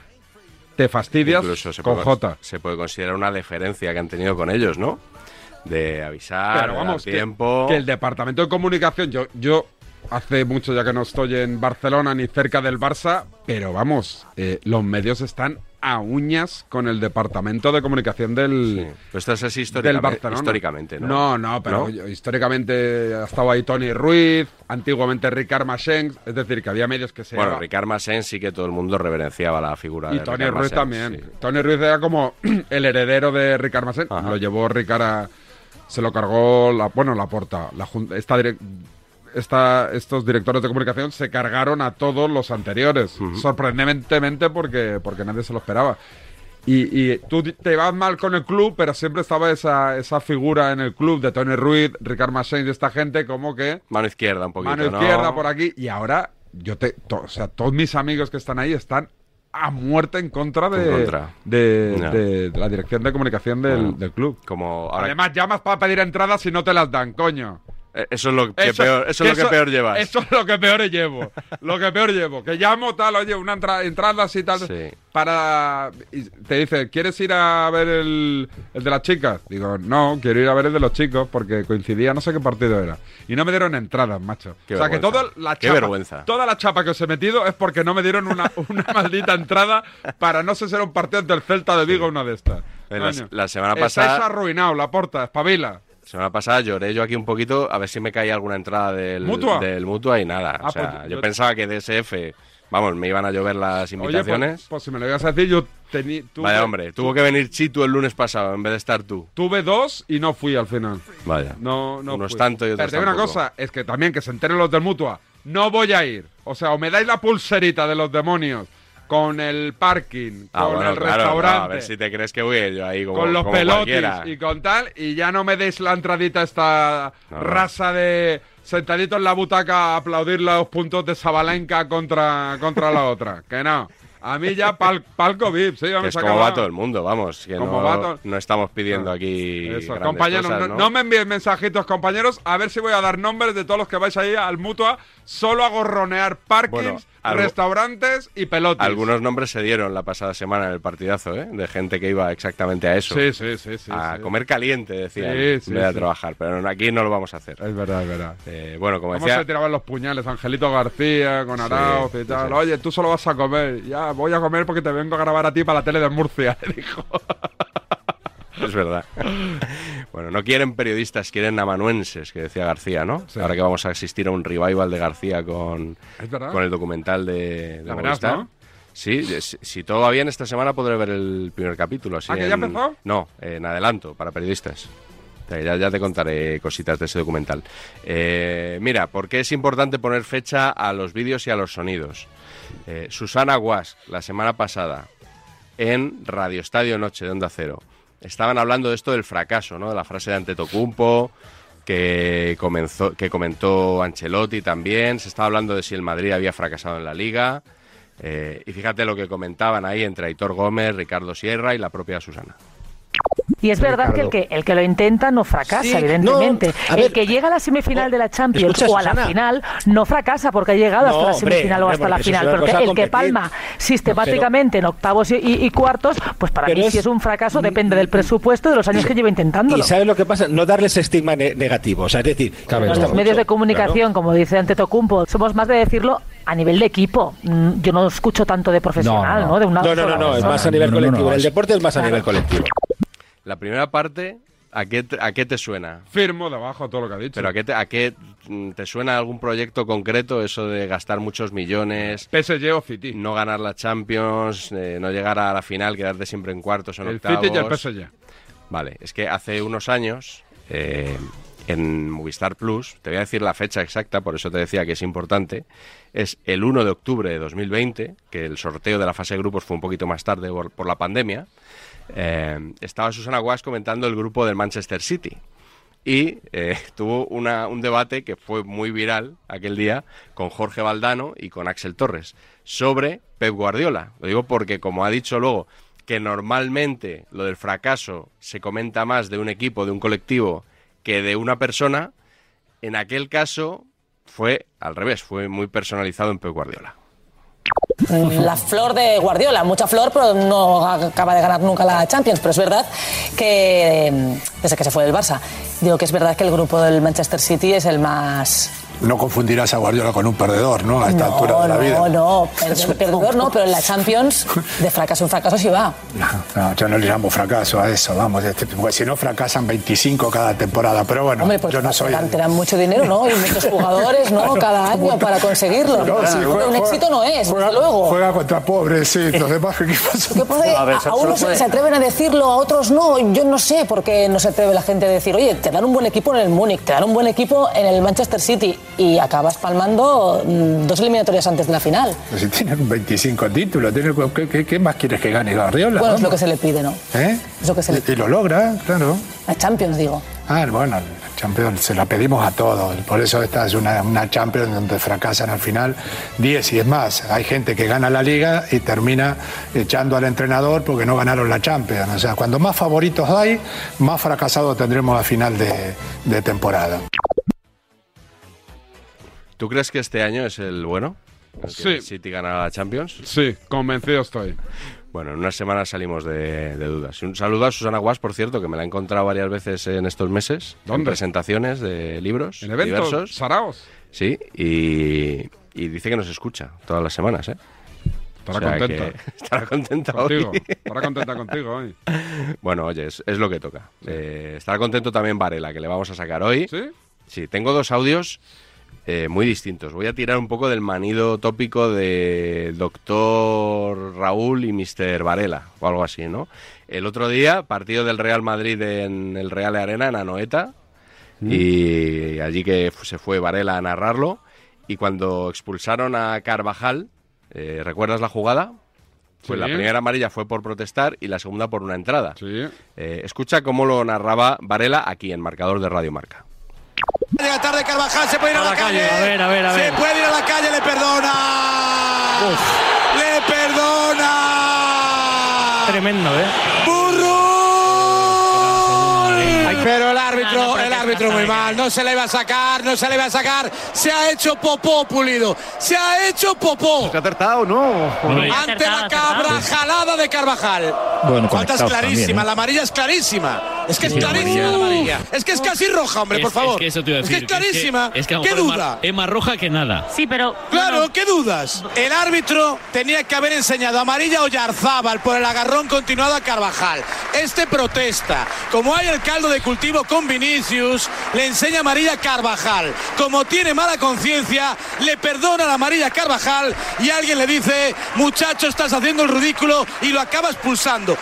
[SPEAKER 1] te fastidias
[SPEAKER 2] Incluso se
[SPEAKER 1] con
[SPEAKER 2] puede,
[SPEAKER 1] J.
[SPEAKER 2] se puede considerar una deferencia que han tenido con ellos, ¿no? De avisar,
[SPEAKER 1] Pero
[SPEAKER 2] de dar
[SPEAKER 1] vamos, que,
[SPEAKER 2] tiempo.
[SPEAKER 1] que el departamento de comunicación, yo, yo hace mucho ya que no estoy en Barcelona ni cerca del Barça, pero vamos, eh, los medios están a uñas con el departamento de comunicación
[SPEAKER 2] Sí.
[SPEAKER 1] del,
[SPEAKER 2] Pero esto es así
[SPEAKER 1] del
[SPEAKER 2] históricamente,
[SPEAKER 1] Barcelona.
[SPEAKER 2] históricamente, ¿no?
[SPEAKER 1] No, no, pero
[SPEAKER 2] ¿No?
[SPEAKER 1] yo- históricamente ha estado ahí Tony Ruiz, antiguamente Ricard Machenk, es decir, que había medios que se...
[SPEAKER 2] Bueno,
[SPEAKER 1] daba-
[SPEAKER 2] Ricard Masen sí que todo el mundo reverenciaba la figura
[SPEAKER 1] y
[SPEAKER 2] de
[SPEAKER 1] Tony
[SPEAKER 2] Ricard
[SPEAKER 1] Ruiz
[SPEAKER 2] Masen,
[SPEAKER 1] también.
[SPEAKER 2] sí.
[SPEAKER 1] Tony Ruiz era como <clears throat> el heredero de Ricard Masen.
[SPEAKER 2] Ajá.
[SPEAKER 1] Lo llevó Ricard a. Se lo cargó, la, bueno, la porta. La, jun- esta direc- esta- estos directores de comunicación se cargaron a todos los anteriores. Sorprendentemente porque, porque nadie se lo esperaba. Y, y tú te vas mal con el club, pero siempre estaba esa, esa figura en el club de Tony Ruiz, Ricard Masen y esta gente, como que
[SPEAKER 2] Mano izquierda un poquito,
[SPEAKER 1] mano
[SPEAKER 2] ¿no?
[SPEAKER 1] izquierda por aquí y ahora yo te to- o sea todos mis amigos que están ahí están a muerte en contra de
[SPEAKER 2] En contra.
[SPEAKER 1] De,
[SPEAKER 2] Ya.
[SPEAKER 1] de la dirección de comunicación del,
[SPEAKER 2] Ya.
[SPEAKER 1] del club
[SPEAKER 2] Como ahora-
[SPEAKER 1] además llamas para pedir entradas y no te las dan coño
[SPEAKER 2] Eh, eso es lo que peor, eso es lo que peor llevas.
[SPEAKER 1] Eso es lo que peor llevo. lo que peor llevo. Que llamo tal, oye, una entra- entrada así tal.
[SPEAKER 2] Sí.
[SPEAKER 1] Para. y te dice, ¿quieres ir a ver el, el de las chicas? Digo, no, quiero ir a ver el de los chicos porque coincidía, no sé qué partido era. Y no me dieron entradas, macho.
[SPEAKER 2] Qué
[SPEAKER 1] o sea que
[SPEAKER 2] vergüenza.
[SPEAKER 1] toda la
[SPEAKER 2] Qué
[SPEAKER 1] chapa.
[SPEAKER 2] vergüenza.
[SPEAKER 1] Toda la chapa que os he metido es porque no me dieron
[SPEAKER 2] <laughs>
[SPEAKER 1] una, una maldita entrada para no sé si era un partido ante el Celta de Vigo una de estas.
[SPEAKER 2] Eh, la-
[SPEAKER 1] Coño.
[SPEAKER 2] la semana
[SPEAKER 1] Estáis
[SPEAKER 2] pasada-
[SPEAKER 1] arruinado, la porta, espabila.
[SPEAKER 2] La semana pasada lloré yo aquí un poquito a ver si me caía alguna entrada del
[SPEAKER 1] Mutua.
[SPEAKER 2] del Mutua y nada.
[SPEAKER 1] Ah,
[SPEAKER 2] o sea,
[SPEAKER 1] pues yo-
[SPEAKER 2] yo, pensaba que DSF, vamos, me iban a llover las
[SPEAKER 1] Oye, pues,
[SPEAKER 2] invitaciones.
[SPEAKER 1] pues si me lo ibas a decir, yo tenía.
[SPEAKER 2] Vaya hombre, tuvo que venir Chitu el lunes pasado en vez de estar tú.
[SPEAKER 1] Tuve dos y no fui al final.
[SPEAKER 2] Vaya.
[SPEAKER 1] No, no.
[SPEAKER 2] Unos
[SPEAKER 1] fui.
[SPEAKER 2] tanto y otros
[SPEAKER 1] Pero te digo una
[SPEAKER 2] tampoco.
[SPEAKER 1] cosa, es que también que se enteren los del Mutua. No voy a ir. O sea, o me dais la pulserita de los demonios con el parking,
[SPEAKER 2] Ah,
[SPEAKER 1] con
[SPEAKER 2] bueno,
[SPEAKER 1] el
[SPEAKER 2] claro, no,
[SPEAKER 1] restaurante,
[SPEAKER 2] a ver si te crees que voy yo ahí como
[SPEAKER 1] con los
[SPEAKER 2] como
[SPEAKER 1] pelotis
[SPEAKER 2] cualquiera.
[SPEAKER 1] y con tal, y ya no me deis la entradita a esta
[SPEAKER 2] No, no.
[SPEAKER 1] raza de sentadito en la butaca a aplaudir los puntos de Sabalenka contra, contra la otra. <laughs> Que no. A mí ya pal- palco VIP, sí, ya
[SPEAKER 2] Que
[SPEAKER 1] me
[SPEAKER 2] es
[SPEAKER 1] se ha
[SPEAKER 2] como va
[SPEAKER 1] acabado.
[SPEAKER 2] todo el mundo, vamos. Que
[SPEAKER 1] Como
[SPEAKER 2] no,
[SPEAKER 1] va todo-
[SPEAKER 2] no estamos pidiendo
[SPEAKER 1] Ah,
[SPEAKER 2] aquí.
[SPEAKER 1] Eso,
[SPEAKER 2] grandes
[SPEAKER 1] compañeros,
[SPEAKER 2] cosas,
[SPEAKER 1] no, no me envíen mensajitos, compañeros. A ver si voy a dar nombres de todos los que vais ahí al Mutua. Solo a gorronear parkings
[SPEAKER 2] Bueno,
[SPEAKER 1] y
[SPEAKER 2] Algo-
[SPEAKER 1] restaurantes y pelotas.
[SPEAKER 2] Algunos nombres se dieron la pasada semana en el partidazo, ¿eh? De gente que iba exactamente a eso.
[SPEAKER 1] Sí, sí, sí. sí,
[SPEAKER 2] a
[SPEAKER 1] sí.
[SPEAKER 2] comer caliente, decían,
[SPEAKER 1] Sí,
[SPEAKER 2] en
[SPEAKER 1] sí,
[SPEAKER 2] vez de a
[SPEAKER 1] sí.
[SPEAKER 2] trabajar. Pero aquí no lo vamos a hacer.
[SPEAKER 1] Es verdad, es verdad.
[SPEAKER 2] Eh, bueno, como
[SPEAKER 1] ¿Cómo
[SPEAKER 2] decía,
[SPEAKER 1] se tiraban los puñales? Angelito García, con
[SPEAKER 2] Sí,
[SPEAKER 1] Arauz
[SPEAKER 2] sí,
[SPEAKER 1] y tal.
[SPEAKER 2] sí.
[SPEAKER 1] Oye, tú solo vas a comer. Ya, voy a comer porque te vengo a grabar a ti para la tele de Murcia, <laughs> le dijo.
[SPEAKER 2] <laughs> es verdad. bueno, no quieren periodistas, quieren amanuenses, que decía García, ¿no?
[SPEAKER 1] Sí.
[SPEAKER 2] Ahora que vamos a asistir a un revival de García con,
[SPEAKER 1] Es verdad.
[SPEAKER 2] con el documental de, de
[SPEAKER 1] ¿Ah? La verás,
[SPEAKER 2] Movistar.
[SPEAKER 1] ¿no?
[SPEAKER 2] Sí, de- si, si todo va bien, esta semana podré ver el primer capítulo. Así
[SPEAKER 1] ¿Ah, que ya
[SPEAKER 2] en-
[SPEAKER 1] empezó?
[SPEAKER 2] No, en adelanto, para periodistas. O sea, Ya, ya te contaré cositas de ese documental. Eh, mira, ¿por qué es importante poner fecha a los vídeos y a los sonidos? Eh, Susana Guas, la semana pasada, en Radio Estadio Noche de Onda Cero. Estaban hablando de esto del fracaso, ¿no? De la frase de Antetokounmpo que comenzó, que comentó Ancelotti también. Se estaba hablando de si el Madrid había fracasado en la Liga. Eh, y fíjate lo que comentaban ahí entre Aitor Gómez, Ricardo Sierra y la propia Susana.
[SPEAKER 7] Y es verdad que el, que el que lo intenta no fracasa,
[SPEAKER 3] Sí,
[SPEAKER 7] evidentemente.
[SPEAKER 3] no, a
[SPEAKER 7] el
[SPEAKER 3] ver.
[SPEAKER 7] que llega a la semifinal
[SPEAKER 3] Oh,
[SPEAKER 7] de la Champions
[SPEAKER 3] escucha,
[SPEAKER 7] o a la
[SPEAKER 3] Susana.
[SPEAKER 7] final no fracasa porque ha llegado
[SPEAKER 3] No,
[SPEAKER 7] hasta la
[SPEAKER 3] hombre,
[SPEAKER 7] semifinal o
[SPEAKER 3] hombre,
[SPEAKER 7] hasta la
[SPEAKER 3] porque eso es
[SPEAKER 7] final.
[SPEAKER 3] una
[SPEAKER 7] Pero que
[SPEAKER 3] cosa
[SPEAKER 7] el que
[SPEAKER 3] competir.
[SPEAKER 7] palma sistemáticamente en octavos y, y- y cuartos, pues para
[SPEAKER 8] Pero
[SPEAKER 7] mí
[SPEAKER 8] es-
[SPEAKER 7] si es un fracaso depende del presupuesto y de los años que lleva intentándolo.
[SPEAKER 8] Y ¿sabes lo que pasa? No darles estigma ne- negativo. O sea, es decir, cuesta
[SPEAKER 7] Pero los medios
[SPEAKER 8] mucho,
[SPEAKER 7] de comunicación, como dice Antetokounmpo, somos más de decirlo a nivel de equipo. Mm, Yo no escucho tanto de profesional, ¿no? De una
[SPEAKER 8] claro. No, no,
[SPEAKER 7] sola
[SPEAKER 8] no, no, es
[SPEAKER 7] persona.
[SPEAKER 8] más a nivel colectivo. el deporte es más a nivel colectivo.
[SPEAKER 2] La primera parte, ¿a qué te, a qué te suena?
[SPEAKER 1] Firmo debajo todo lo que ha dicho.
[SPEAKER 2] ¿Pero a qué, te, a qué mm, te suena algún proyecto concreto eso de gastar muchos millones,
[SPEAKER 1] PSG o City.
[SPEAKER 2] no ganar la Champions, eh, no llegar a la final, quedarte siempre en cuartos o en
[SPEAKER 1] el
[SPEAKER 2] octavos?
[SPEAKER 1] City y el PSG.
[SPEAKER 2] Vale, es que hace unos años eh, en Movistar Plus, te voy a decir la fecha exacta, por eso te decía que es importante, es el 1 de octubre de 2020, que el sorteo de la fase de grupos fue un poquito más tarde por, por la pandemia, eh, estaba Susana Guas comentando el grupo del Manchester City. Y eh, <laughs> tuvo una- un debate que fue muy viral aquel día con Jorge Valdano y con Axel Torres sobre Pep Guardiola. Lo digo porque, como ha dicho luego, que normalmente lo del fracaso se comenta más de un equipo, de un colectivo, que de una persona, en aquel caso fue al revés, fue muy personalizado en Pep Guardiola.
[SPEAKER 9] Mm, La flor de Guardiola, mucha flor, pero no acaba de ganar nunca la Champions. Pero es verdad que, mm, desde que se fue del Barça, digo que es verdad que el grupo del Manchester City es el más.
[SPEAKER 10] No confundirás a Guardiola con un perdedor, ¿no? A esta altura
[SPEAKER 9] No,
[SPEAKER 10] de la vida.
[SPEAKER 9] no, no, perdedor, perdedor no, pero en la Champions, de fracaso en fracaso sí va.
[SPEAKER 10] No, yo no le llamo fracaso a eso, vamos. este- porque si no, fracasan 25 cada temporada. Pero bueno,
[SPEAKER 9] Hombre, porque
[SPEAKER 10] yo no soy.
[SPEAKER 9] te dan mucho dinero, ¿no? Y muchos jugadores, ¿no? Cada año para conseguirlo.
[SPEAKER 10] No, sí, juega-
[SPEAKER 9] un
[SPEAKER 10] juega-
[SPEAKER 9] éxito no es,
[SPEAKER 10] juega,
[SPEAKER 9] desde luego.
[SPEAKER 10] Juega contra pobres,
[SPEAKER 9] <laughs>
[SPEAKER 10] sí. Los demás, ¿qué pasa?
[SPEAKER 9] Yo puedo- a, a unos se atreven a decirlo, a otros no. Yo no sé por qué no se atreve la gente a decir, oye, te dan un buen equipo en el Múnich, te dan un buen equipo en el Manchester City y acabas palmando mm, dos eliminatorias antes de la final.
[SPEAKER 10] Pero Si tienen 25 títulos, tienen- ¿qué, qué, qué más quieres que gane Guardiola?
[SPEAKER 9] Bueno, es lo
[SPEAKER 10] vamos?
[SPEAKER 9] que se le pide, ¿no?
[SPEAKER 10] ¿Eh?
[SPEAKER 9] es lo que se le-
[SPEAKER 10] Y, y lo logra, claro.
[SPEAKER 9] La Champions, digo.
[SPEAKER 10] Ah, bueno, el Champions se la pedimos a todos. Por eso esta es una, una Champions donde fracasan al final 10 y es más. Hay gente que gana la liga y termina echando al entrenador porque no ganaron la Champions. O sea, cuando más favoritos hay, más fracasados tendremos a final de, de temporada.
[SPEAKER 2] ¿Tú crees que este año es el bueno? ¿El que
[SPEAKER 1] Sí.
[SPEAKER 2] el City ganará la Champions?
[SPEAKER 1] Sí, convencido estoy.
[SPEAKER 2] Bueno, en unas semanas salimos de, de dudas. Y Un saludo a Susana Guas, por cierto, que me la he encontrado varias veces en estos meses. En
[SPEAKER 1] ¿Dónde?
[SPEAKER 2] presentaciones de libros
[SPEAKER 1] En eventos,
[SPEAKER 2] diversos.
[SPEAKER 1] Saraos.
[SPEAKER 2] Sí, y, y dice que nos escucha todas las semanas, ¿eh?
[SPEAKER 1] Estará
[SPEAKER 2] O sea que
[SPEAKER 1] contenta.
[SPEAKER 2] <laughs> estará contenta hoy.
[SPEAKER 1] Contigo. Estará contenta contigo hoy.
[SPEAKER 2] Bueno, oye, es, es lo que toca. Eh, estará contento también Varela, que le vamos a sacar hoy.
[SPEAKER 1] ¿Sí?
[SPEAKER 2] Sí, tengo dos audios eh, muy distintos. Voy a tirar un poco del manido tópico de doctor Raúl y Mr. Varela, o algo así, ¿no? El otro día, partido del Real Madrid en el Real Arena, en Anoeta,
[SPEAKER 1] Mm.
[SPEAKER 2] y allí que fu- se fue Varela a narrarlo, y cuando expulsaron a Carvajal, eh, ¿recuerdas la jugada? Pues
[SPEAKER 1] Sí.
[SPEAKER 2] la primera amarilla fue por protestar y la segunda por una entrada.
[SPEAKER 1] Sí.
[SPEAKER 2] Eh, escucha cómo lo narraba Varela aquí en Marcador de Radio Marca.
[SPEAKER 10] Llega tarde Carvajal, se puede ir a,
[SPEAKER 6] A
[SPEAKER 10] la,
[SPEAKER 6] la
[SPEAKER 10] calle.
[SPEAKER 6] calle, a ver, a ver, a ver.
[SPEAKER 10] Se puede ir a la calle, le perdona. Le perdona.
[SPEAKER 6] Tremendo, ¿eh?
[SPEAKER 10] ¡Burro!
[SPEAKER 6] Hay que
[SPEAKER 11] Pero el
[SPEAKER 7] Ah,
[SPEAKER 11] árbitro,
[SPEAKER 3] No, no, pero
[SPEAKER 11] el
[SPEAKER 3] ¿qué
[SPEAKER 11] árbitro
[SPEAKER 3] pasa,
[SPEAKER 11] muy
[SPEAKER 3] venga?
[SPEAKER 11] mal, no se le va a sacar, no se le va a sacar. Se ha hecho popó pulido, se ha hecho popó. ¿Está acertado no?
[SPEAKER 3] Hombre.
[SPEAKER 11] Ante la cabra jalada de Carvajal.
[SPEAKER 3] Bueno,
[SPEAKER 11] Falta es
[SPEAKER 3] conectados
[SPEAKER 11] clarísima,
[SPEAKER 3] también, ¿eh?
[SPEAKER 11] la amarilla es clarísima. Es que es
[SPEAKER 3] Sí,
[SPEAKER 11] clarísima la
[SPEAKER 3] amarilla.
[SPEAKER 11] amarilla. Es que es casi roja, hombre, por favor.
[SPEAKER 7] Es que eso te iba a
[SPEAKER 11] Es
[SPEAKER 7] decir.
[SPEAKER 11] es clarísima.
[SPEAKER 7] Es que, a lo
[SPEAKER 11] ¿Qué
[SPEAKER 7] mejor es más-
[SPEAKER 11] duda?
[SPEAKER 7] Es más roja que nada.
[SPEAKER 12] Sí, pero.
[SPEAKER 11] Claro, ¿qué dudas? El árbitro tenía que haber enseñado amarilla a Oyarzábal por el agarrón continuado a Carvajal. Este protesta. Como hay el caldo de cultivo con Vinicius, le enseña amarilla a Carvajal. Como tiene mala conciencia, le perdona la amarilla a Carvajal y alguien le dice, muchacho, estás haciendo el ridículo y lo acaba expulsando.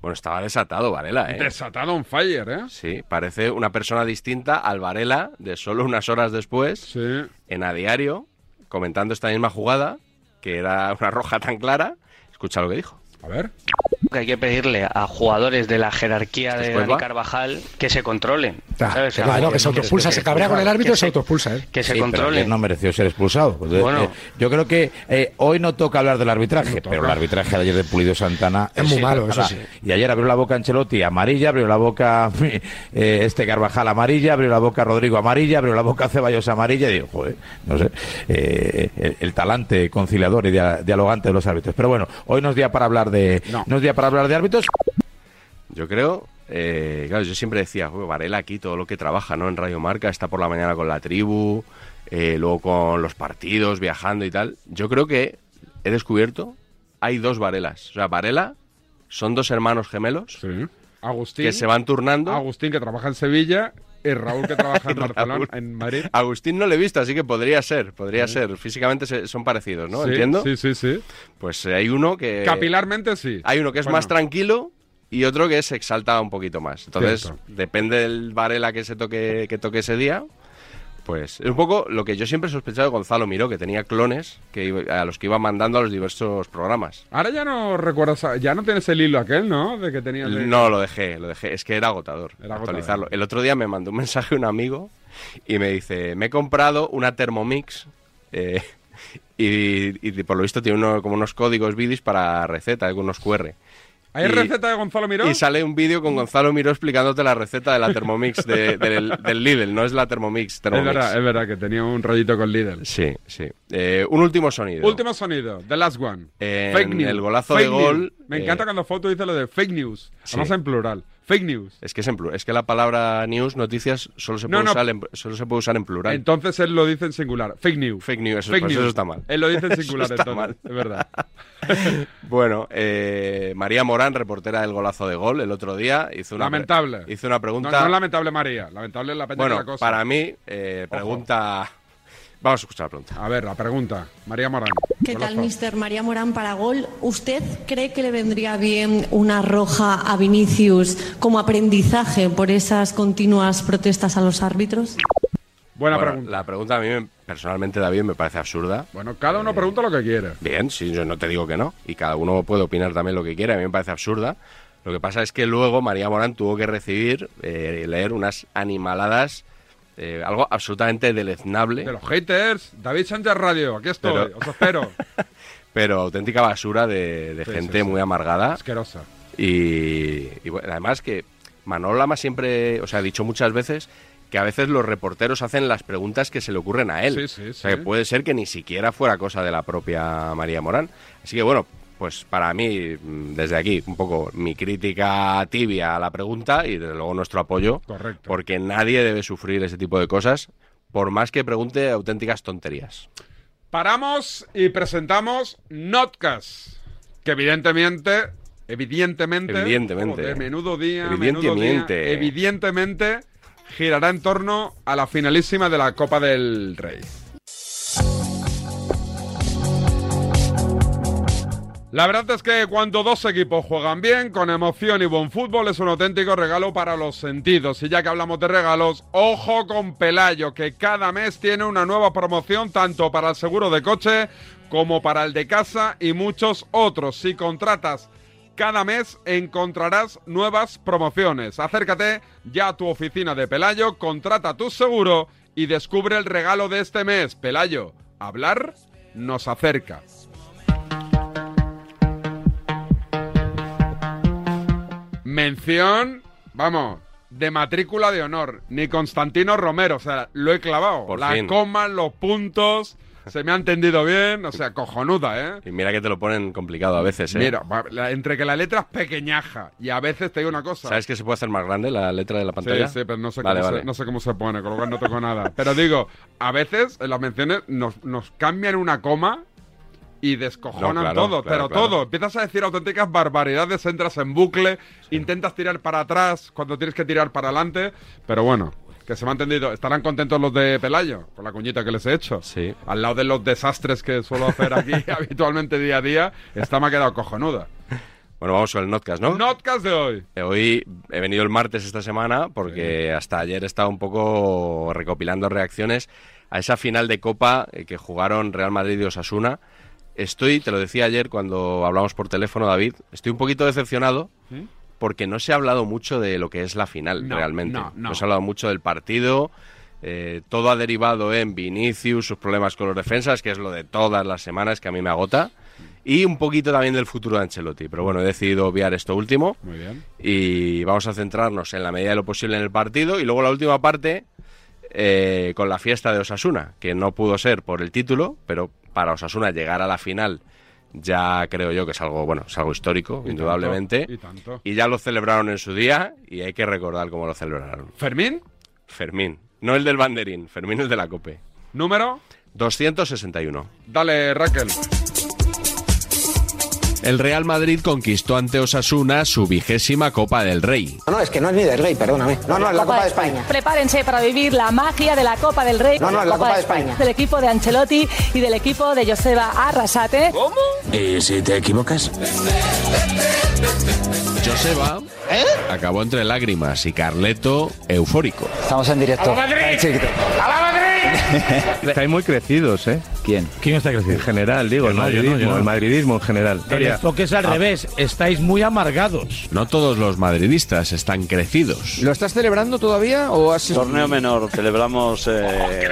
[SPEAKER 2] Bueno, estaba desatado Varela, ¿eh?
[SPEAKER 1] Desatado un fire, ¿eh?
[SPEAKER 2] Sí, parece una persona distinta al Varela de solo unas horas después, en A Diario, comentando esta misma jugada, que era una roja tan clara. Escucha lo que dijo.
[SPEAKER 1] A ver.
[SPEAKER 6] que hay que pedirle a jugadores de la jerarquía de
[SPEAKER 2] Cuelva?
[SPEAKER 6] Dani Carvajal que se controlen.
[SPEAKER 10] Ah,
[SPEAKER 6] ¿sabes? O sea,
[SPEAKER 10] claro, que se
[SPEAKER 6] que-
[SPEAKER 10] autoexpulsa,
[SPEAKER 6] que-
[SPEAKER 10] se cabrea con el árbitro y se autoexpulsa. ¿eh?
[SPEAKER 6] que se
[SPEAKER 13] Sí, pero
[SPEAKER 6] controle.
[SPEAKER 13] ayer no mereció ser expulsado. Entonces,
[SPEAKER 6] Bueno.
[SPEAKER 13] eh, yo creo que eh, hoy no toca hablar del arbitraje, pero el arbitraje de ayer de Pulido Santana
[SPEAKER 10] Es muy malo,
[SPEAKER 13] nada.
[SPEAKER 10] eso sí.
[SPEAKER 13] Y ayer abrió la boca Ancelotti amarilla, abrió la boca <laughs> eh, este Carvajal amarilla, abrió la boca Rodrigo amarilla, abrió la boca Ceballos amarilla. Y digo, joder, no sé, eh, el, el talante conciliador y dia- dialogante de los árbitros. Pero bueno, hoy no es día para hablar de, no. es día para hablar de árbitros.
[SPEAKER 2] Yo creo, eh, claro, yo siempre decía, "Joder, Varela aquí, todo lo que trabaja, ¿no? En Radio Marca, está por la mañana con la tribu, eh, luego con los partidos, viajando y tal. Yo creo que he descubierto, hay dos Varelas. O sea, Varela son dos hermanos gemelos
[SPEAKER 1] Agustín.
[SPEAKER 2] que se van turnando.
[SPEAKER 1] Agustín, que trabaja en Sevilla, y Raúl, que
[SPEAKER 2] <laughs>
[SPEAKER 1] trabaja en Barcelona, en Madrid.
[SPEAKER 2] Agustín no le he visto, así que podría ser, podría ser. Físicamente se- son parecidos, ¿no?
[SPEAKER 1] Sí,
[SPEAKER 2] Entiendo.
[SPEAKER 1] sí, sí, sí.
[SPEAKER 2] Pues eh, hay uno que...
[SPEAKER 1] Capilarmente sí.
[SPEAKER 2] Hay uno que es
[SPEAKER 1] Bueno.
[SPEAKER 2] más tranquilo y otro que se exalta un poquito más. Entonces,
[SPEAKER 1] Cierto.
[SPEAKER 2] depende del Varela que se toque, que toque ese día. Pues es un poco lo que yo siempre he sospechado de Gonzalo Miró, que tenía clones que iba- a los que iba mandando a los diversos programas.
[SPEAKER 1] Ahora ya no recuerdas, a- ya no tienes el hilo aquel, ¿no? De que tenías. de-
[SPEAKER 2] No, lo dejé, lo dejé. Es que era agotador,
[SPEAKER 1] agotador.
[SPEAKER 2] actualizarlo. El otro día me mandó un mensaje un amigo y me dice, me he comprado una Thermomix eh, y, y por lo visto tiene uno- como unos códigos bidis para receta, algunos QR.
[SPEAKER 1] ¿Hay
[SPEAKER 2] Y-
[SPEAKER 1] receta de Gonzalo Miró?
[SPEAKER 2] Y sale un vídeo con Gonzalo Miró explicándote la receta de la Thermomix de- del, del Lidl, no es la Thermomix.
[SPEAKER 1] es
[SPEAKER 2] Thermomix.
[SPEAKER 1] verdad, es verdad que tenía un rollito con Lidl.
[SPEAKER 2] Sí, sí. Eh, un último sonido.
[SPEAKER 1] Último sonido, The Last One.
[SPEAKER 2] En
[SPEAKER 1] fake news.
[SPEAKER 2] el golazo
[SPEAKER 1] Fake
[SPEAKER 2] de
[SPEAKER 1] news.
[SPEAKER 2] gol,
[SPEAKER 1] Me
[SPEAKER 2] eh,
[SPEAKER 1] encanta cuando Foto dice lo de fake news.
[SPEAKER 2] Sí.
[SPEAKER 1] Además en plural. Fake news.
[SPEAKER 2] Es que, es, en plu- es que la palabra news, noticias, solo se,
[SPEAKER 1] No,
[SPEAKER 2] puede
[SPEAKER 1] no.
[SPEAKER 2] Usar en, solo se puede usar en plural.
[SPEAKER 1] Entonces él lo dice en singular. Fake news.
[SPEAKER 2] Fake news, eso,
[SPEAKER 1] Fake
[SPEAKER 2] pues
[SPEAKER 1] news.
[SPEAKER 2] eso está mal.
[SPEAKER 1] Él lo dice en
[SPEAKER 2] <laughs> Eso
[SPEAKER 1] singular,
[SPEAKER 2] está
[SPEAKER 1] entonces.
[SPEAKER 2] mal.
[SPEAKER 1] Es verdad.
[SPEAKER 2] <laughs> Bueno, eh, María Morán, reportera del golazo de gol, el otro día hizo una, pre-
[SPEAKER 1] Lamentable.
[SPEAKER 2] hizo una pregunta.
[SPEAKER 1] No, no es lamentable, María. Lamentable es la peña
[SPEAKER 2] bueno,
[SPEAKER 1] que la cosa.
[SPEAKER 2] para mí, eh, pregunta. Vamos a escuchar la pregunta.
[SPEAKER 1] A ver, la pregunta. María Morán.
[SPEAKER 9] ¿Qué tal,
[SPEAKER 1] Golazo.
[SPEAKER 9] mister María Morán para gol? ¿Usted cree que le vendría bien una roja a Vinicius como aprendizaje por esas continuas protestas a los árbitros?
[SPEAKER 1] Buena
[SPEAKER 2] pregunta. La pregunta a mí, me- personalmente, David, me parece absurda. Eh,
[SPEAKER 1] Bueno, cada uno pregunta lo que quiere.
[SPEAKER 2] Bien, sí, yo no te digo que no. Y cada uno puede opinar también lo que quiera. A mí me parece absurda. Lo que pasa es que luego María Morán tuvo que recibir eh, leer unas animaladas, eh, algo absolutamente deleznable.
[SPEAKER 1] De los haters, David Sánchez Radio, aquí estoy,
[SPEAKER 2] Pero-
[SPEAKER 1] os
[SPEAKER 2] <laughs>
[SPEAKER 1] espero.
[SPEAKER 2] pero auténtica basura de, de
[SPEAKER 1] Sí,
[SPEAKER 2] gente
[SPEAKER 1] sí, sí.
[SPEAKER 2] muy amargada.
[SPEAKER 1] Asquerosa.
[SPEAKER 2] Y, y bueno, además que Manolo Lama siempre, o sea, ha dicho muchas veces que a veces los reporteros hacen las preguntas que se le ocurren a él.
[SPEAKER 1] Sí, sí,
[SPEAKER 2] O sea,
[SPEAKER 1] sí.
[SPEAKER 2] que puede ser que ni siquiera fuera cosa de la propia María Morán. Así que bueno, pues para mí, mm, desde aquí, un poco mi crítica tibia a la pregunta y desde luego nuestro apoyo.
[SPEAKER 1] Correcto.
[SPEAKER 2] Porque nadie debe sufrir ese tipo de cosas, por más que pregunte auténticas tonterías.
[SPEAKER 1] Paramos y presentamos Notcast, que evidentemente, evidentemente,
[SPEAKER 2] Evidentemente.
[SPEAKER 1] joder, menudo día,
[SPEAKER 2] Evidentemente.
[SPEAKER 1] menudo día, evidentemente girará en torno a la finalísima de la Copa del Rey. La verdad es que cuando dos equipos juegan bien, con emoción y buen fútbol, es un auténtico regalo para los sentidos. Y ya que hablamos de regalos, ojo con Pelayo, que cada mes tiene una nueva promoción tanto para el seguro de coche como para el de casa y muchos otros. Si contratas cada mes encontrarás nuevas promociones. Acércate ya a tu oficina de Pelayo, contrata tu seguro y descubre el regalo de este mes. Pelayo, hablar nos acerca. Mención, vamos, de matrícula de honor, ni Constantino Romero. O sea, lo he clavado.
[SPEAKER 2] Por
[SPEAKER 1] la
[SPEAKER 2] fin.
[SPEAKER 1] coma, los puntos, se me ha entendido bien. O sea, cojonuda, ¿eh?
[SPEAKER 2] Y mira que te lo ponen complicado a veces, ¿eh?
[SPEAKER 1] Mira, va- la- entre que la letra es pequeñaja y a veces te digo una cosa.
[SPEAKER 2] ¿Sabes que se puede hacer más grande la letra de la pantalla?
[SPEAKER 1] Sí, sí, pero no sé,
[SPEAKER 2] Vale,
[SPEAKER 1] cómo
[SPEAKER 2] vale.
[SPEAKER 1] Se, no sé cómo se pone, con lo cual no toco nada. Pero digo, a veces en las menciones nos, nos cambian una coma y descojonan
[SPEAKER 2] No, claro,
[SPEAKER 1] todo,
[SPEAKER 2] claro,
[SPEAKER 1] pero
[SPEAKER 2] claro.
[SPEAKER 1] todo. Empiezas a decir auténticas barbaridades, entras en bucle, intentas tirar para atrás cuando tienes que tirar para adelante, pero bueno. Que se me ha entendido. ¿Estarán contentos los de Pelayo con la cuñita que les he hecho? Sí. Al lado de los desastres que suelo hacer aquí habitualmente día a día, esta me ha quedado cojonuda.
[SPEAKER 2] Bueno, vamos con el Notcast, ¿no?
[SPEAKER 1] Notcast de hoy.
[SPEAKER 2] Eh, Hoy he venido el martes esta semana porque hasta ayer estaba un poco recopilando reacciones a esa final de Copa eh, que jugaron Real Madrid y Osasuna. Estoy, te lo decía ayer cuando hablamos por teléfono, David, estoy un poquito decepcionado
[SPEAKER 1] ¿Sí?
[SPEAKER 2] porque no se ha hablado mucho de lo que es la final
[SPEAKER 1] No,
[SPEAKER 2] realmente.
[SPEAKER 1] no, no.
[SPEAKER 2] se ha hablado mucho del partido. eh, todo ha derivado en Vinicius, sus problemas con los defensas, que es lo de todas las semanas que a mí me agota. Y un poquito también del futuro de Ancelotti. Pero bueno, he decidido obviar esto último
[SPEAKER 1] Muy bien.
[SPEAKER 2] y vamos a centrarnos en la medida de lo posible en el partido y luego la última parte eh, con la fiesta de Osasuna, que no pudo ser por el título, pero para Osasuna llegar a la final ya creo yo que es algo bueno, es algo histórico,
[SPEAKER 1] Y
[SPEAKER 2] indudablemente.
[SPEAKER 1] tanto, y tanto.
[SPEAKER 2] Y ya lo celebraron en su día y hay que recordar cómo lo celebraron.
[SPEAKER 1] ¿Fermín?
[SPEAKER 2] Fermín, no el del banderín, Fermín el de la cope.
[SPEAKER 1] ¿Número?
[SPEAKER 2] 261.
[SPEAKER 1] Dale, Raquel.
[SPEAKER 2] El Real Madrid conquistó ante Osasuna su vigésima Copa del Rey.
[SPEAKER 14] No, no, es que no es ni del Rey, perdóname. No, no, es la Copa de España.
[SPEAKER 9] Prepárense para vivir la magia de la Copa del Rey.
[SPEAKER 14] No, no, es la Copa de España.
[SPEAKER 9] Del equipo de Ancelotti y del equipo de Joseba Arrasate. ¿Cómo?
[SPEAKER 15] ¿Y si te equivocas?
[SPEAKER 2] Joseba
[SPEAKER 16] ¿Eh?
[SPEAKER 2] acabó entre lágrimas y Carleto eufórico.
[SPEAKER 16] Estamos en directo. <laughs>
[SPEAKER 17] Estáis muy crecidos, ¿eh? ¿Quién? ¿Quién está crecido? En general, digo, el
[SPEAKER 18] no, yo no,
[SPEAKER 17] madridismo,
[SPEAKER 18] yo no.
[SPEAKER 17] el madridismo en general.
[SPEAKER 18] El enfoque es al
[SPEAKER 17] Ah.
[SPEAKER 18] revés. Estáis muy amargados.
[SPEAKER 2] No todos los madridistas están crecidos.
[SPEAKER 5] ¿Lo estás celebrando todavía o has
[SPEAKER 19] Torneo menor, celebramos. eh,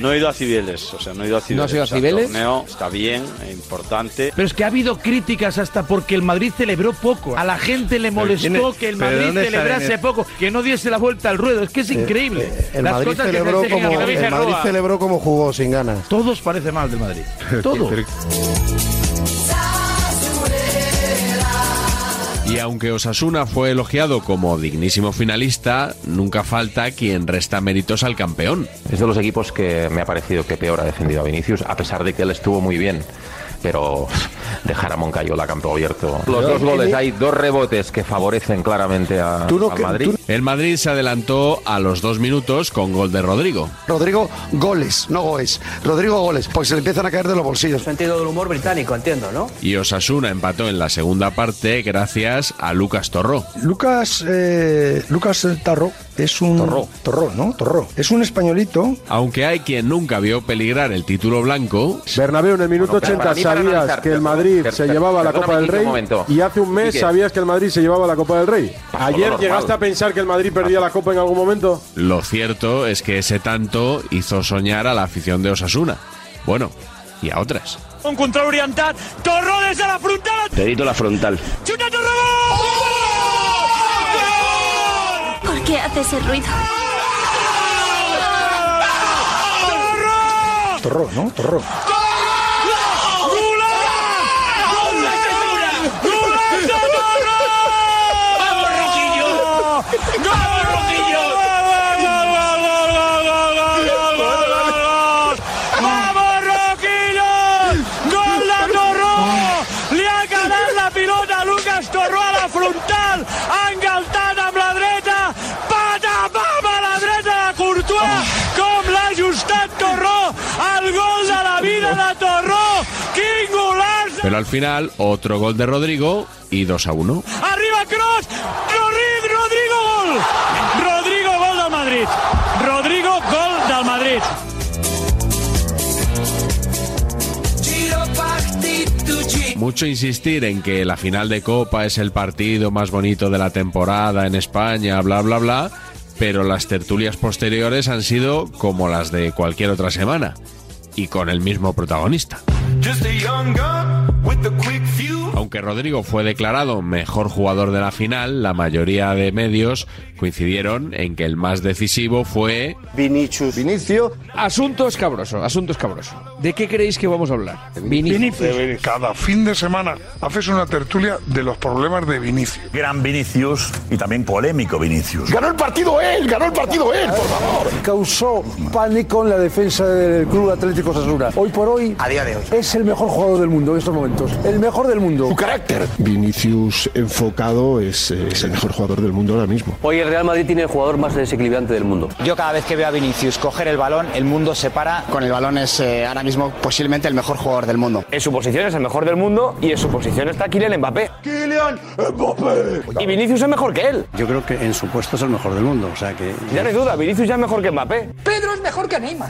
[SPEAKER 19] no he ido a Cibeles, o sea, no he ido a Cibeles.
[SPEAKER 5] ¿No has ido a
[SPEAKER 19] O sea,
[SPEAKER 5] Cibeles?
[SPEAKER 19] torneo está bien, importante.
[SPEAKER 18] Pero es que ha habido críticas hasta porque el Madrid celebró poco. A la gente le
[SPEAKER 19] Pero
[SPEAKER 18] molestó
[SPEAKER 19] ¿quién es-
[SPEAKER 18] que el
[SPEAKER 19] pero
[SPEAKER 18] Madrid
[SPEAKER 19] dónde estarán
[SPEAKER 18] celebrase
[SPEAKER 19] es-
[SPEAKER 18] poco, que no diese la vuelta al ruedo. Es que es
[SPEAKER 20] Eh,
[SPEAKER 18] increíble.
[SPEAKER 20] eh, El
[SPEAKER 18] Las
[SPEAKER 20] Madrid
[SPEAKER 18] cosas que se
[SPEAKER 20] celebró
[SPEAKER 18] hacen en
[SPEAKER 20] como
[SPEAKER 18] la Virgen
[SPEAKER 20] el Madrid
[SPEAKER 18] Roa.
[SPEAKER 20] celebró como jugó sin ganas.
[SPEAKER 18] Todos parece mal del
[SPEAKER 20] <laughs>
[SPEAKER 18] Madrid. Todos.
[SPEAKER 2] Y aunque Osasuna fue elogiado como dignísimo finalista, nunca falta quien resta méritos al campeón.
[SPEAKER 21] Es de los equipos que me ha parecido que peor ha defendido a Vinicius, a pesar de que él estuvo muy bien. Pero <laughs> dejar a Moncayola campo abierto. Los dos goles, hay dos rebotes que favorecen claramente a,
[SPEAKER 20] Tú no
[SPEAKER 21] al
[SPEAKER 20] que-
[SPEAKER 21] Madrid.
[SPEAKER 20] tú-
[SPEAKER 2] El Madrid se adelantó a los dos minutos con gol de Rodrigo.
[SPEAKER 20] Rodrigo goles, no goes. Rodrigo goles, porque se le empiezan a caer de los bolsillos.
[SPEAKER 14] Sentido del humor británico, entiendo, ¿no?
[SPEAKER 2] Y Osasuna empató en la segunda parte gracias a Lucas Torró.
[SPEAKER 20] Lucas eh, Lucas Tarro es un Torró, ¿no? Torró. Es un españolito.
[SPEAKER 2] Aunque hay quien nunca vio peligrar el título blanco,
[SPEAKER 22] Bernabéu en el minuto
[SPEAKER 21] Bueno, pero
[SPEAKER 22] 80
[SPEAKER 21] para mí, para
[SPEAKER 22] sabías
[SPEAKER 21] analizar,
[SPEAKER 22] que el
[SPEAKER 21] perdón,
[SPEAKER 22] Madrid
[SPEAKER 21] per-
[SPEAKER 22] se
[SPEAKER 21] per-
[SPEAKER 22] llevaba la Copa
[SPEAKER 21] perdóname
[SPEAKER 22] del
[SPEAKER 21] un
[SPEAKER 22] Rey
[SPEAKER 21] momento.
[SPEAKER 22] y hace un mes
[SPEAKER 21] Quique.
[SPEAKER 22] sabías que el Madrid se llevaba la Copa del Rey. Ayer
[SPEAKER 21] normal. Ah.
[SPEAKER 22] llegaste a pensar que el Madrid perdía la Copa en algún momento.
[SPEAKER 2] Lo cierto es que ese tanto hizo soñar a la afición de Osasuna. Bueno, y a otras.
[SPEAKER 23] Un control orientat, Torró des de la frontal,
[SPEAKER 2] Dedito la frontal.
[SPEAKER 23] xuta Torró! ¿Por qué hace ese ruido?
[SPEAKER 20] Torró, ¿no? Torró.
[SPEAKER 23] ¡Vamos, Roquillo! ¡Vamos, Roquillo! ¡Vamos, Roquillo! ¡Gol de Torró! Li ha quedat la pilota a Lucas Torró a la frontal, ha engaltat amb la dreta, patapam a la dreta de Courtois, com l'ha ajustat Torró, el gol de la vida de Torró, quin golaç!
[SPEAKER 2] Pero al final, otro gol de Rodrigo y 2 a 1.
[SPEAKER 23] Arriba Cross, Rodrigo, Rodrigo gol. Rodrigo gol del Madrid. Rodrigo gol del Madrid.
[SPEAKER 2] Mucho insistir en que la final de Copa es el partido más bonito de la temporada en España, bla, bla, bla. Pero las tertulias posteriores han sido como las de cualquier otra semana. Y con el mismo protagonista. Aunque Rodrigo fue declarado mejor jugador de la final, la mayoría de medios coincidieron en que el más decisivo fue
[SPEAKER 24] Vinicius. Vinicio.
[SPEAKER 25] Asunto escabroso, asunto escabroso. ¿De qué creéis que vamos a hablar?
[SPEAKER 6] Cada fin de semana haces una tertulia de los problemas de Vinicius.
[SPEAKER 5] Gran Vinicius y también polémico Vinicius.
[SPEAKER 6] Ganó el partido él, ganó el partido él, por favor.
[SPEAKER 20] Causó pánico en la defensa del Club Atlético Sasuna. Hoy por hoy,
[SPEAKER 5] A día de hoy.
[SPEAKER 20] es el mejor jugador del mundo en estos momentos. El mejor del mundo. Su carácter.
[SPEAKER 10] Vinicius enfocado es, eh, es el mejor jugador del mundo ahora mismo.
[SPEAKER 5] Hoy el Real Madrid tiene el jugador más desequilibrante del mundo.
[SPEAKER 26] Yo cada vez que veo a Vinicius coger el balón, el mundo se para. Con el balón es eh, ahora mismo posiblemente el mejor jugador del mundo.
[SPEAKER 5] En su posición es el mejor del mundo y en su posición está Kylian Mbappé.
[SPEAKER 6] Kylian
[SPEAKER 5] Y Vinicius es mejor que él.
[SPEAKER 11] Yo creo que en su puesto es el mejor del mundo, o sea que...
[SPEAKER 5] Ya no hay duda, Vinicius ya es mejor que Mbappé.
[SPEAKER 23] Pedro es mejor que Neymar.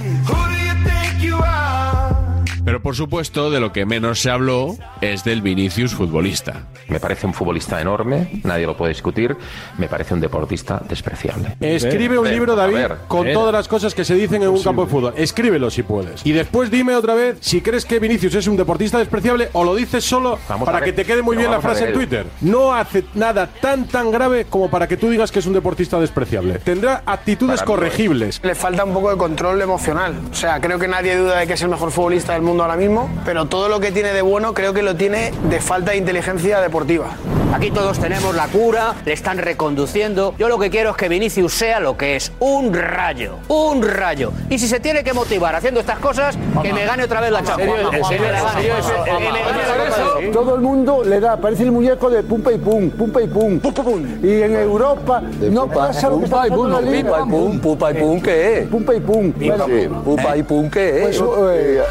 [SPEAKER 2] Pero por supuesto, de lo que menos se habló es del Vinicius futbolista.
[SPEAKER 27] Me parece un futbolista enorme, nadie lo puede discutir. Me parece un deportista despreciable.
[SPEAKER 22] Escribe un
[SPEAKER 27] Ver,
[SPEAKER 22] libro,
[SPEAKER 27] a
[SPEAKER 22] David,
[SPEAKER 27] ver,
[SPEAKER 22] con
[SPEAKER 27] ver.
[SPEAKER 22] todas las cosas que se dicen en un campo de fútbol. Escríbelo si puedes. Y después dime otra vez si crees que Vinicius es un deportista despreciable o lo dices solo
[SPEAKER 27] Vamos
[SPEAKER 22] para
[SPEAKER 27] a
[SPEAKER 22] que
[SPEAKER 27] ver.
[SPEAKER 22] te quede muy
[SPEAKER 27] Pero
[SPEAKER 22] bien la
[SPEAKER 27] vamos a
[SPEAKER 22] frase en
[SPEAKER 27] ver el-
[SPEAKER 22] Twitter. No hace nada tan tan grave como para que tú digas que es un deportista despreciable. Tendrá actitudes
[SPEAKER 26] Para mí lo es.
[SPEAKER 22] corregibles.
[SPEAKER 26] Le falta un poco de control emocional. O sea, creo que nadie duda de que es el mejor futbolista del mundo ahora mismo, pero todo lo que tiene de bueno creo que lo tiene de falta de inteligencia deportiva.
[SPEAKER 3] Aquí todos tenemos la cura, le están reconduciendo. Yo lo que quiero es que Vinicius sea lo que es, un rayo, un rayo. Y si se tiene que motivar haciendo estas cosas, que me gane otra vez la Champions.
[SPEAKER 20] Todo el mundo le da, parece el muñeco de Pumpa y Pum, Pumpa y Pum. Y en Europa no pasa lo que está
[SPEAKER 11] Pumpa y
[SPEAKER 20] pasando
[SPEAKER 11] pum,
[SPEAKER 20] en
[SPEAKER 11] no,
[SPEAKER 20] la liga.
[SPEAKER 11] pipa y pum, pupa y pum, ¿qué es?
[SPEAKER 20] Pumpa y pum. Bueno,
[SPEAKER 11] Pupa y pum, ¿qué es?
[SPEAKER 20] Eso, eh,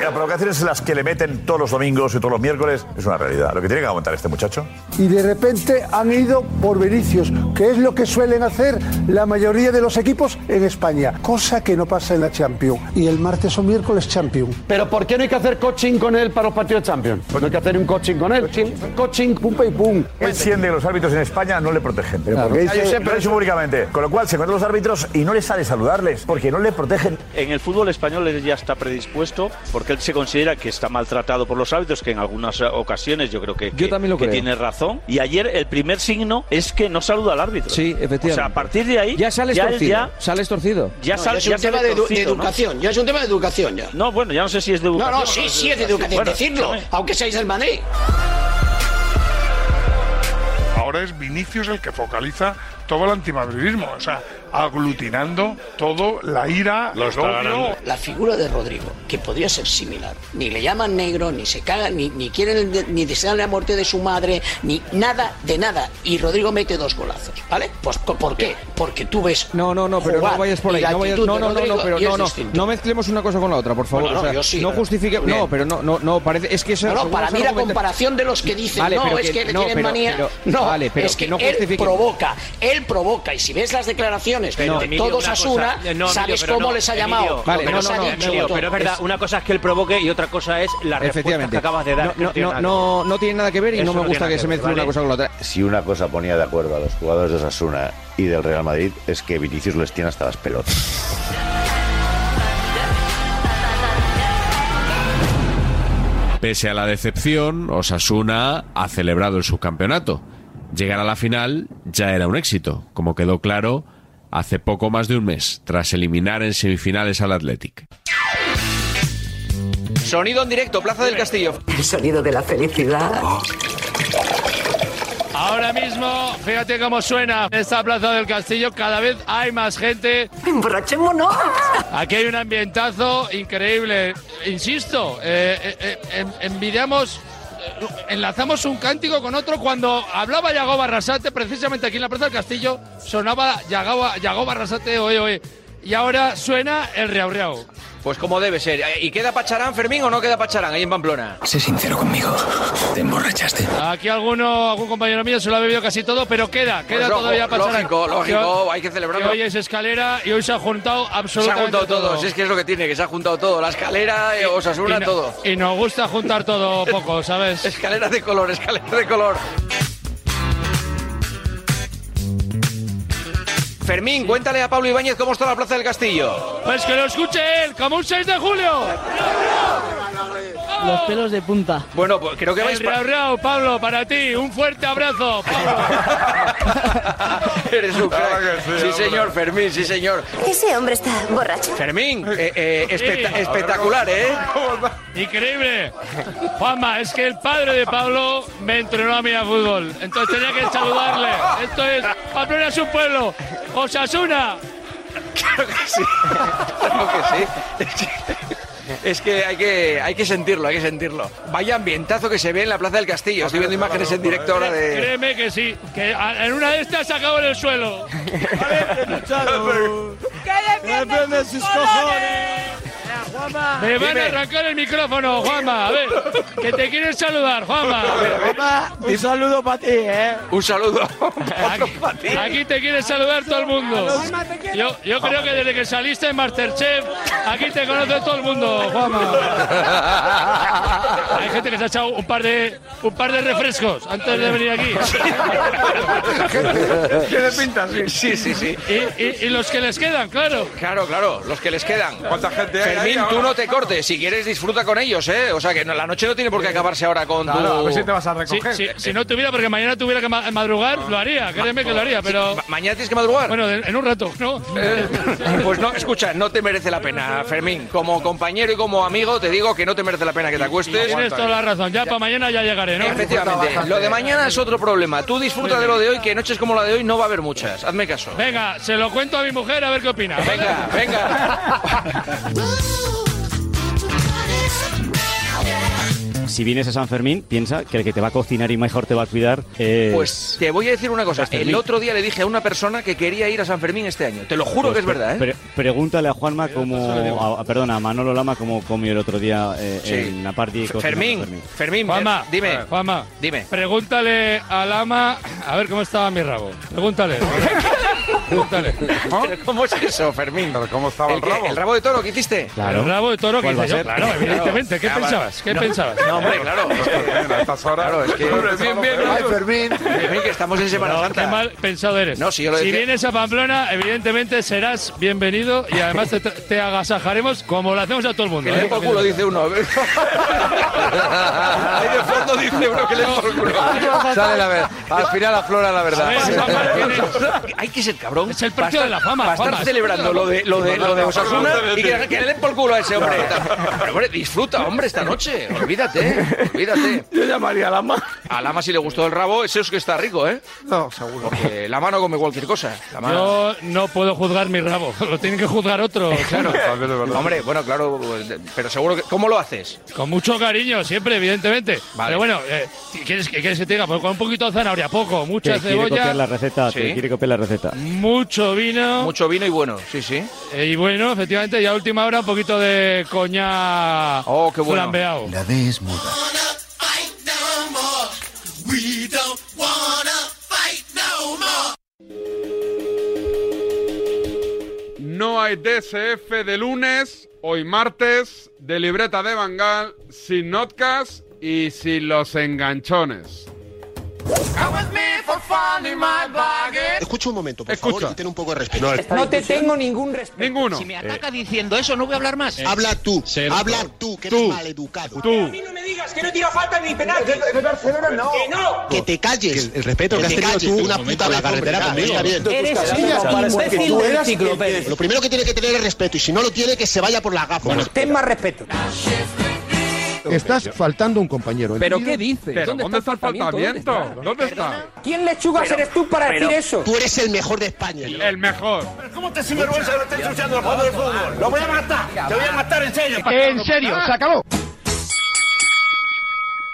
[SPEAKER 5] Las provocaciones en las que le meten todos los domingos y todos los miércoles es una realidad. Lo que tiene que aguantar este muchacho.
[SPEAKER 20] y de repente han ido por Vinicius, que es lo que suelen hacer la mayoría de los equipos en España, cosa que no pasa en la Champions. Y el martes o
[SPEAKER 11] <laughs>
[SPEAKER 20] miércoles Champions.
[SPEAKER 11] Pero ¿por qué no hay que hacer coaching con él para los partidos Champions? No hay que hacer un coaching con él. Coaching, pumpa y pum.
[SPEAKER 5] Él siente que los árbitros en España no le protegen.
[SPEAKER 11] Claro. porque
[SPEAKER 5] Ya, yo
[SPEAKER 11] dice-
[SPEAKER 5] siempre lo he dicho públicamente. Con lo cual se encuentran los árbitros y no les sale saludarles porque no le protegen.
[SPEAKER 6] En el fútbol español él ya está predispuesto porque él se considera que está maltratado por los árbitros, que en algunas ocasiones yo creo que, que- que
[SPEAKER 11] creo.
[SPEAKER 6] tiene razón. Y ayer el primer signo es que no saluda al árbitro.
[SPEAKER 11] Sí, efectivamente.
[SPEAKER 6] O sea, a partir de ahí
[SPEAKER 11] Ya sales
[SPEAKER 6] ya él
[SPEAKER 11] torcido.
[SPEAKER 6] ya-
[SPEAKER 11] Sales torcido.
[SPEAKER 6] ya
[SPEAKER 11] No,
[SPEAKER 6] sal-
[SPEAKER 11] ya es un
[SPEAKER 6] ya sale
[SPEAKER 11] tema de edu- de
[SPEAKER 6] torcido, ¿no?
[SPEAKER 11] educación,
[SPEAKER 6] ya es un tema de educación ya. No, bueno, ya no sé si es de
[SPEAKER 11] no,
[SPEAKER 6] educación.
[SPEAKER 11] sí,
[SPEAKER 6] o
[SPEAKER 11] sí es de
[SPEAKER 6] Bueno,
[SPEAKER 11] aunque seáis el Madrid.
[SPEAKER 6] Ahora es Vinicius el que focaliza todo el antimadridismo, o sea, aglutinando todo la ira, Lo el odio.
[SPEAKER 14] La figura de Rodrigo, que podría ser similar, ni le llaman negro, ni se cagan, ni, ni quieren, de- ni desean la muerte de su madre, ni nada de nada. Y Rodrigo mete dos golazos, ¿vale? Pues co- ¿por qué? Porque tú ves.
[SPEAKER 11] No, no, no, pero
[SPEAKER 14] jugar
[SPEAKER 11] no vayas por
[SPEAKER 14] y
[SPEAKER 11] ahí.
[SPEAKER 14] la
[SPEAKER 11] No, vayas,
[SPEAKER 14] actitud
[SPEAKER 11] no,
[SPEAKER 14] de
[SPEAKER 11] no, no, no,
[SPEAKER 14] Rodrigo
[SPEAKER 11] pero
[SPEAKER 14] y es
[SPEAKER 11] no, no,
[SPEAKER 14] distinto.
[SPEAKER 11] no mezclemos una cosa con la otra, por favor.
[SPEAKER 14] Bueno, no,
[SPEAKER 11] o sea,
[SPEAKER 14] yo sí,
[SPEAKER 11] no
[SPEAKER 14] pero-
[SPEAKER 11] justifique.
[SPEAKER 14] Bien.
[SPEAKER 11] No, pero no, no, no, parece. Es que eso
[SPEAKER 14] No, no,
[SPEAKER 11] algunos
[SPEAKER 14] para mí la
[SPEAKER 11] argumentos-
[SPEAKER 14] comparación de los que dicen
[SPEAKER 11] Vale,
[SPEAKER 14] no,
[SPEAKER 11] pero
[SPEAKER 14] es que le
[SPEAKER 11] no,
[SPEAKER 14] tienen
[SPEAKER 11] pero-
[SPEAKER 14] manía.
[SPEAKER 11] pero-
[SPEAKER 14] no,
[SPEAKER 11] vale, pero
[SPEAKER 14] es que,
[SPEAKER 11] que no
[SPEAKER 14] él
[SPEAKER 11] justifiquen.
[SPEAKER 14] provoca, él provoca. Y si ves las declaraciones
[SPEAKER 11] Pero,
[SPEAKER 14] de
[SPEAKER 11] Emilio,
[SPEAKER 14] todos
[SPEAKER 11] una
[SPEAKER 14] a
[SPEAKER 11] cosa-
[SPEAKER 14] Asuna,
[SPEAKER 11] no, Emilio,
[SPEAKER 14] sabes
[SPEAKER 11] pero
[SPEAKER 14] cómo
[SPEAKER 11] no,
[SPEAKER 14] les ha
[SPEAKER 11] Emilio,
[SPEAKER 14] llamado.
[SPEAKER 11] vale,
[SPEAKER 14] cómo
[SPEAKER 11] no,
[SPEAKER 14] les
[SPEAKER 11] no,
[SPEAKER 14] ha
[SPEAKER 11] no,
[SPEAKER 14] dicho
[SPEAKER 11] Emilio,
[SPEAKER 14] todo.
[SPEAKER 11] pero es verdad,
[SPEAKER 28] Una cosa es que él provoque y otra cosa es la respuesta
[SPEAKER 11] Efectivamente.
[SPEAKER 28] que acabas de dar.
[SPEAKER 11] No,
[SPEAKER 28] que
[SPEAKER 11] no,
[SPEAKER 28] tiene
[SPEAKER 11] no,
[SPEAKER 28] nada
[SPEAKER 11] no, no tiene nada que ver y
[SPEAKER 28] Eso
[SPEAKER 11] no me
[SPEAKER 28] no tiene
[SPEAKER 11] gusta
[SPEAKER 28] nada
[SPEAKER 11] que
[SPEAKER 28] que
[SPEAKER 11] se
[SPEAKER 28] ver,
[SPEAKER 11] mezcle
[SPEAKER 28] ¿vale?
[SPEAKER 11] una cosa con la otra.
[SPEAKER 29] Si una cosa ponía de acuerdo a los jugadores de Sasuna y del Real Madrid es que Vinicius les tiene hasta las pelotas.
[SPEAKER 2] Pese a la decepción, Osasuna ha celebrado el subcampeonato. Llegar a la final ya era un éxito, como quedó claro hace poco más de un mes, tras eliminar en semifinales al Athletic.
[SPEAKER 11] Sonido en directo, Plaza del Castillo.
[SPEAKER 29] El sonido de la felicidad.
[SPEAKER 30] Ahora mismo, fíjate cómo suena esta plaza del castillo, cada vez hay más gente.
[SPEAKER 29] ¡Emborrachémonos!
[SPEAKER 30] Aquí hay un ambientazo increíble. Insisto, eh, eh, eh, en- envidiamos, eh, enlazamos un cántico con otro. Cuando hablaba Yago Barrasate, precisamente aquí en la plaza del castillo, sonaba Yago, Yago Barrasate hoy, hoy. Y ahora suena el Riau Riau.
[SPEAKER 28] Pues como debe ser. ¿Y queda Pacharán, Fermín, o no queda Pacharán ahí en Pamplona?
[SPEAKER 29] Sé sincero conmigo. Te emborrachaste.
[SPEAKER 30] Aquí alguno, algún compañero mío se lo ha bebido casi todo, pero queda,
[SPEAKER 28] Pues
[SPEAKER 30] queda
[SPEAKER 28] lógico,
[SPEAKER 30] todavía para
[SPEAKER 28] lógico, lógico, hay que celebrarlo.
[SPEAKER 30] Hoy es escalera y hoy se ha juntado
[SPEAKER 28] Se ha
[SPEAKER 30] absolutamente
[SPEAKER 28] juntado todo,
[SPEAKER 30] todo.
[SPEAKER 28] si es que es lo que tiene, que se ha juntado todo. La escalera, eh, Osasuna,
[SPEAKER 30] y no-
[SPEAKER 28] todo.
[SPEAKER 30] Y nos gusta juntar todo
[SPEAKER 28] <laughs>
[SPEAKER 30] poco, ¿sabes?
[SPEAKER 28] Escalera de color, escalera de color. Fermín, cuéntale a Pablo Ibáñez cómo está la Plaza del Castillo.
[SPEAKER 30] ¡Este Pues que lo escuche él, como un 6 de julio.
[SPEAKER 31] los pelos de punta.
[SPEAKER 11] Bueno, pues creo que vais
[SPEAKER 30] El Rao Rao, Pablo, para ti, un fuerte
[SPEAKER 28] <laughs>
[SPEAKER 30] abrazo.
[SPEAKER 11] <laughs> Eres un crack. sí, señor, Fermín, sí, señor.
[SPEAKER 32] Ese hombre está borracho.
[SPEAKER 11] Fermín, eh, eh, especta-
[SPEAKER 30] Sí.
[SPEAKER 11] espectacular, ¿eh?
[SPEAKER 30] Increíble. Juanma, es que el padre de Pablo me entrenó a mí a fútbol. Entonces tenía que saludarle. Esto es. Pamplona es un pueblo. Osasuna.
[SPEAKER 11] Claro que sí. Claro que sí. Es que hay, que hay que sentirlo, hay que sentirlo. Vaya ambientazo que se ve en la Plaza del Castillo. Estoy viendo imágenes en directo ahora de...
[SPEAKER 30] Créeme que sí. Que a- en una de estas se acabó en el suelo.
[SPEAKER 33] defiende sus cojones!
[SPEAKER 30] Me van
[SPEAKER 33] Dime.
[SPEAKER 30] a arrancar el micrófono, Juanma. A ver, que te quieren saludar, Juanma.
[SPEAKER 33] Un saludo para ti, ¿eh?
[SPEAKER 11] Un saludo.
[SPEAKER 30] Aquí, aquí te quiere saludar todo el mundo. Yo, yo creo que desde que saliste en Masterchef, aquí te conoce todo el mundo, Juanma. Hay gente que se ha echado un par de, un par de refrescos antes de venir aquí.
[SPEAKER 11] Tiene pinta así. Sí, sí, sí.
[SPEAKER 30] Y, y- y los que les quedan, claro.
[SPEAKER 11] Claro, claro, los que les quedan. ¿Cuánta gente eh,
[SPEAKER 30] hay
[SPEAKER 11] Fermín,
[SPEAKER 30] ahí
[SPEAKER 11] tú
[SPEAKER 30] ahora?
[SPEAKER 11] no te cortes. Si quieres, disfruta con ellos, ¿eh? O sea, que no- la noche no tiene por qué acabarse ahora con tu...
[SPEAKER 30] Si,
[SPEAKER 11] Eh,
[SPEAKER 30] si-
[SPEAKER 11] <laughs>
[SPEAKER 30] si no tuviera, porque mañana tuviera que ma- madrugar, lo haría, créeme que lo haría, pero...
[SPEAKER 11] ¿Mañana tienes que madrugar?
[SPEAKER 30] Bueno, en en un rato, ¿no?
[SPEAKER 11] Pues no, escucha, no te merece la pena, Fermín. Como compañero y como amigo, te digo que no te merece la pena que te acuestes.
[SPEAKER 30] Tienes toda la razón, ya, para mañana ya llegaré, ¿no?
[SPEAKER 11] Efectivamente, lo de mañana es otro problema. Tú disfruta de lo de hoy, que noches como la de hoy no va a haber muchas. Hazme caso.
[SPEAKER 30] Venga, se lo cuento a mi mujer a ver qué opina. Venga,
[SPEAKER 11] venga.
[SPEAKER 7] <laughs> Si vienes a San Fermín, piensa que el que te va a cocinar y mejor te va a cuidar es...
[SPEAKER 11] Pues te voy a decir una cosa.
[SPEAKER 7] Fermín.
[SPEAKER 11] El otro día le dije a una persona que quería ir a San Fermín este año. Te lo juro
[SPEAKER 7] Pues
[SPEAKER 11] que es
[SPEAKER 7] pre-
[SPEAKER 11] verdad, ¿eh?
[SPEAKER 7] pre- pregúntale a Juanma como... A, a- perdona, a Manolo Lama como comió el otro día eh,
[SPEAKER 11] Sí.
[SPEAKER 7] en la party.
[SPEAKER 11] Fer-
[SPEAKER 7] cocinando
[SPEAKER 11] Fermín, Fermín,
[SPEAKER 30] Juanma,
[SPEAKER 11] eh, dime.
[SPEAKER 30] Juanma,
[SPEAKER 11] dime.
[SPEAKER 30] Pregúntale al ama a ver cómo estaba mi rabo. Pregúntale. Pregúntale.
[SPEAKER 11] ¿Pero ¿Cómo es eso, Fermín? ¿Cómo estaba
[SPEAKER 30] el rabo?
[SPEAKER 11] ¿El rabo de toro que hiciste?
[SPEAKER 30] El rabo de toro que
[SPEAKER 11] ¿Cuál va
[SPEAKER 30] hice
[SPEAKER 11] a
[SPEAKER 30] yo,
[SPEAKER 11] ser?
[SPEAKER 30] claro, evidentemente. ¿Qué
[SPEAKER 11] Ah, vale.
[SPEAKER 30] pensabas? ¿Qué
[SPEAKER 11] No.
[SPEAKER 30] pensabas? <laughs>
[SPEAKER 11] No, hombre, claro. Es que, a estas horas. Claro, es que. Bien, bien,
[SPEAKER 30] Ay, Fermín.
[SPEAKER 11] Fermín, que estamos en Semana
[SPEAKER 30] No,
[SPEAKER 11] Santa.
[SPEAKER 30] Qué mal pensado eres.
[SPEAKER 11] No, si yo lo decía-
[SPEAKER 30] vienes a Pamplona, evidentemente serás bienvenido y además te, te agasajaremos como lo hacemos a todo el mundo. ¿eh?
[SPEAKER 11] Que le den por culo,
[SPEAKER 30] <laughs>
[SPEAKER 11] dice uno. Ahí de fondo dice uno que le den por culo.
[SPEAKER 5] Sale la verdad. Al final aflora la verdad.
[SPEAKER 11] Hay que ser cabrón. Es el
[SPEAKER 5] precio de la fama,
[SPEAKER 11] Para estar
[SPEAKER 5] Juanma, es el precio
[SPEAKER 11] celebrando
[SPEAKER 5] de la
[SPEAKER 11] lo de, lo de,
[SPEAKER 5] fama.
[SPEAKER 11] lo de Osasuna
[SPEAKER 5] Absolutamente.
[SPEAKER 11] y que, que le den por culo a ese hombre. Pero, hombre, disfruta, hombre, esta noche. Olvídate, olvídate. Yo llamaría a Lama. A Lama, si le gustó el rabo, ese es que está rico, ¿eh? No, seguro. Porque la mano come cualquier cosa. La mano.
[SPEAKER 30] Yo no puedo juzgar mi rabo, <laughs> lo tiene que juzgar otro.
[SPEAKER 11] <laughs> Claro,
[SPEAKER 30] Claro.
[SPEAKER 11] hombre, bueno, claro, pero seguro que. ¿Cómo lo haces?
[SPEAKER 30] Con mucho cariño, siempre, evidentemente. Pero bueno, eh, ¿quieres, que- quieres que te diga? Pues con un poquito de zanahoria, poco,
[SPEAKER 7] Te
[SPEAKER 30] mucha
[SPEAKER 7] quiere copiar la
[SPEAKER 30] cebolla,
[SPEAKER 7] receta, te
[SPEAKER 11] Sí.
[SPEAKER 7] quiere copiar la receta.
[SPEAKER 30] mucho vino.
[SPEAKER 11] Mucho vino y bueno, sí, sí.
[SPEAKER 30] eh, y bueno, efectivamente, ya a última hora un poquito de coña
[SPEAKER 11] oh, qué bueno.
[SPEAKER 30] flambeado.
[SPEAKER 5] La D es muda.
[SPEAKER 1] No hay DSF de lunes, hoy martes, de libreta de Bangal, sin notcas y sin los enganchones.
[SPEAKER 3] Escucha un momento, por favor, y ten un poco de respeto.
[SPEAKER 23] No te tengo ningún respeto.
[SPEAKER 3] Ninguno.
[SPEAKER 23] Si me ataca diciendo eso, no voy a hablar más.
[SPEAKER 3] Habla tú, habla tú, que eres maleducado. Tú.
[SPEAKER 23] no me digas que no tira falta ni
[SPEAKER 11] Eh,
[SPEAKER 23] penalti. De Barcelona no. Que no.
[SPEAKER 3] Que te calles. el respeto que que, has te tenido calles. tú, una un puta momento, en la hombre, carretera ya, conmigo. ya, bien. Eres un imbécil Tú del eras enciclopedia. Lo primero que tiene que tener es respeto y si no lo tiene que se vaya por las gafas. ten más respeto.
[SPEAKER 34] Estás faltando a un compañero. ¿entendido?
[SPEAKER 3] ¿Dónde está?
[SPEAKER 23] ¿Quién lechugas eres tú para decir eso?
[SPEAKER 3] Tú eres el mejor de España. El mejor.
[SPEAKER 23] ¿Cómo te sinvergüenza lo estás ensuciando el juego del fútbol? Lo voy a matar. Te voy a matar en serio.
[SPEAKER 3] En serio, se
[SPEAKER 23] acabó.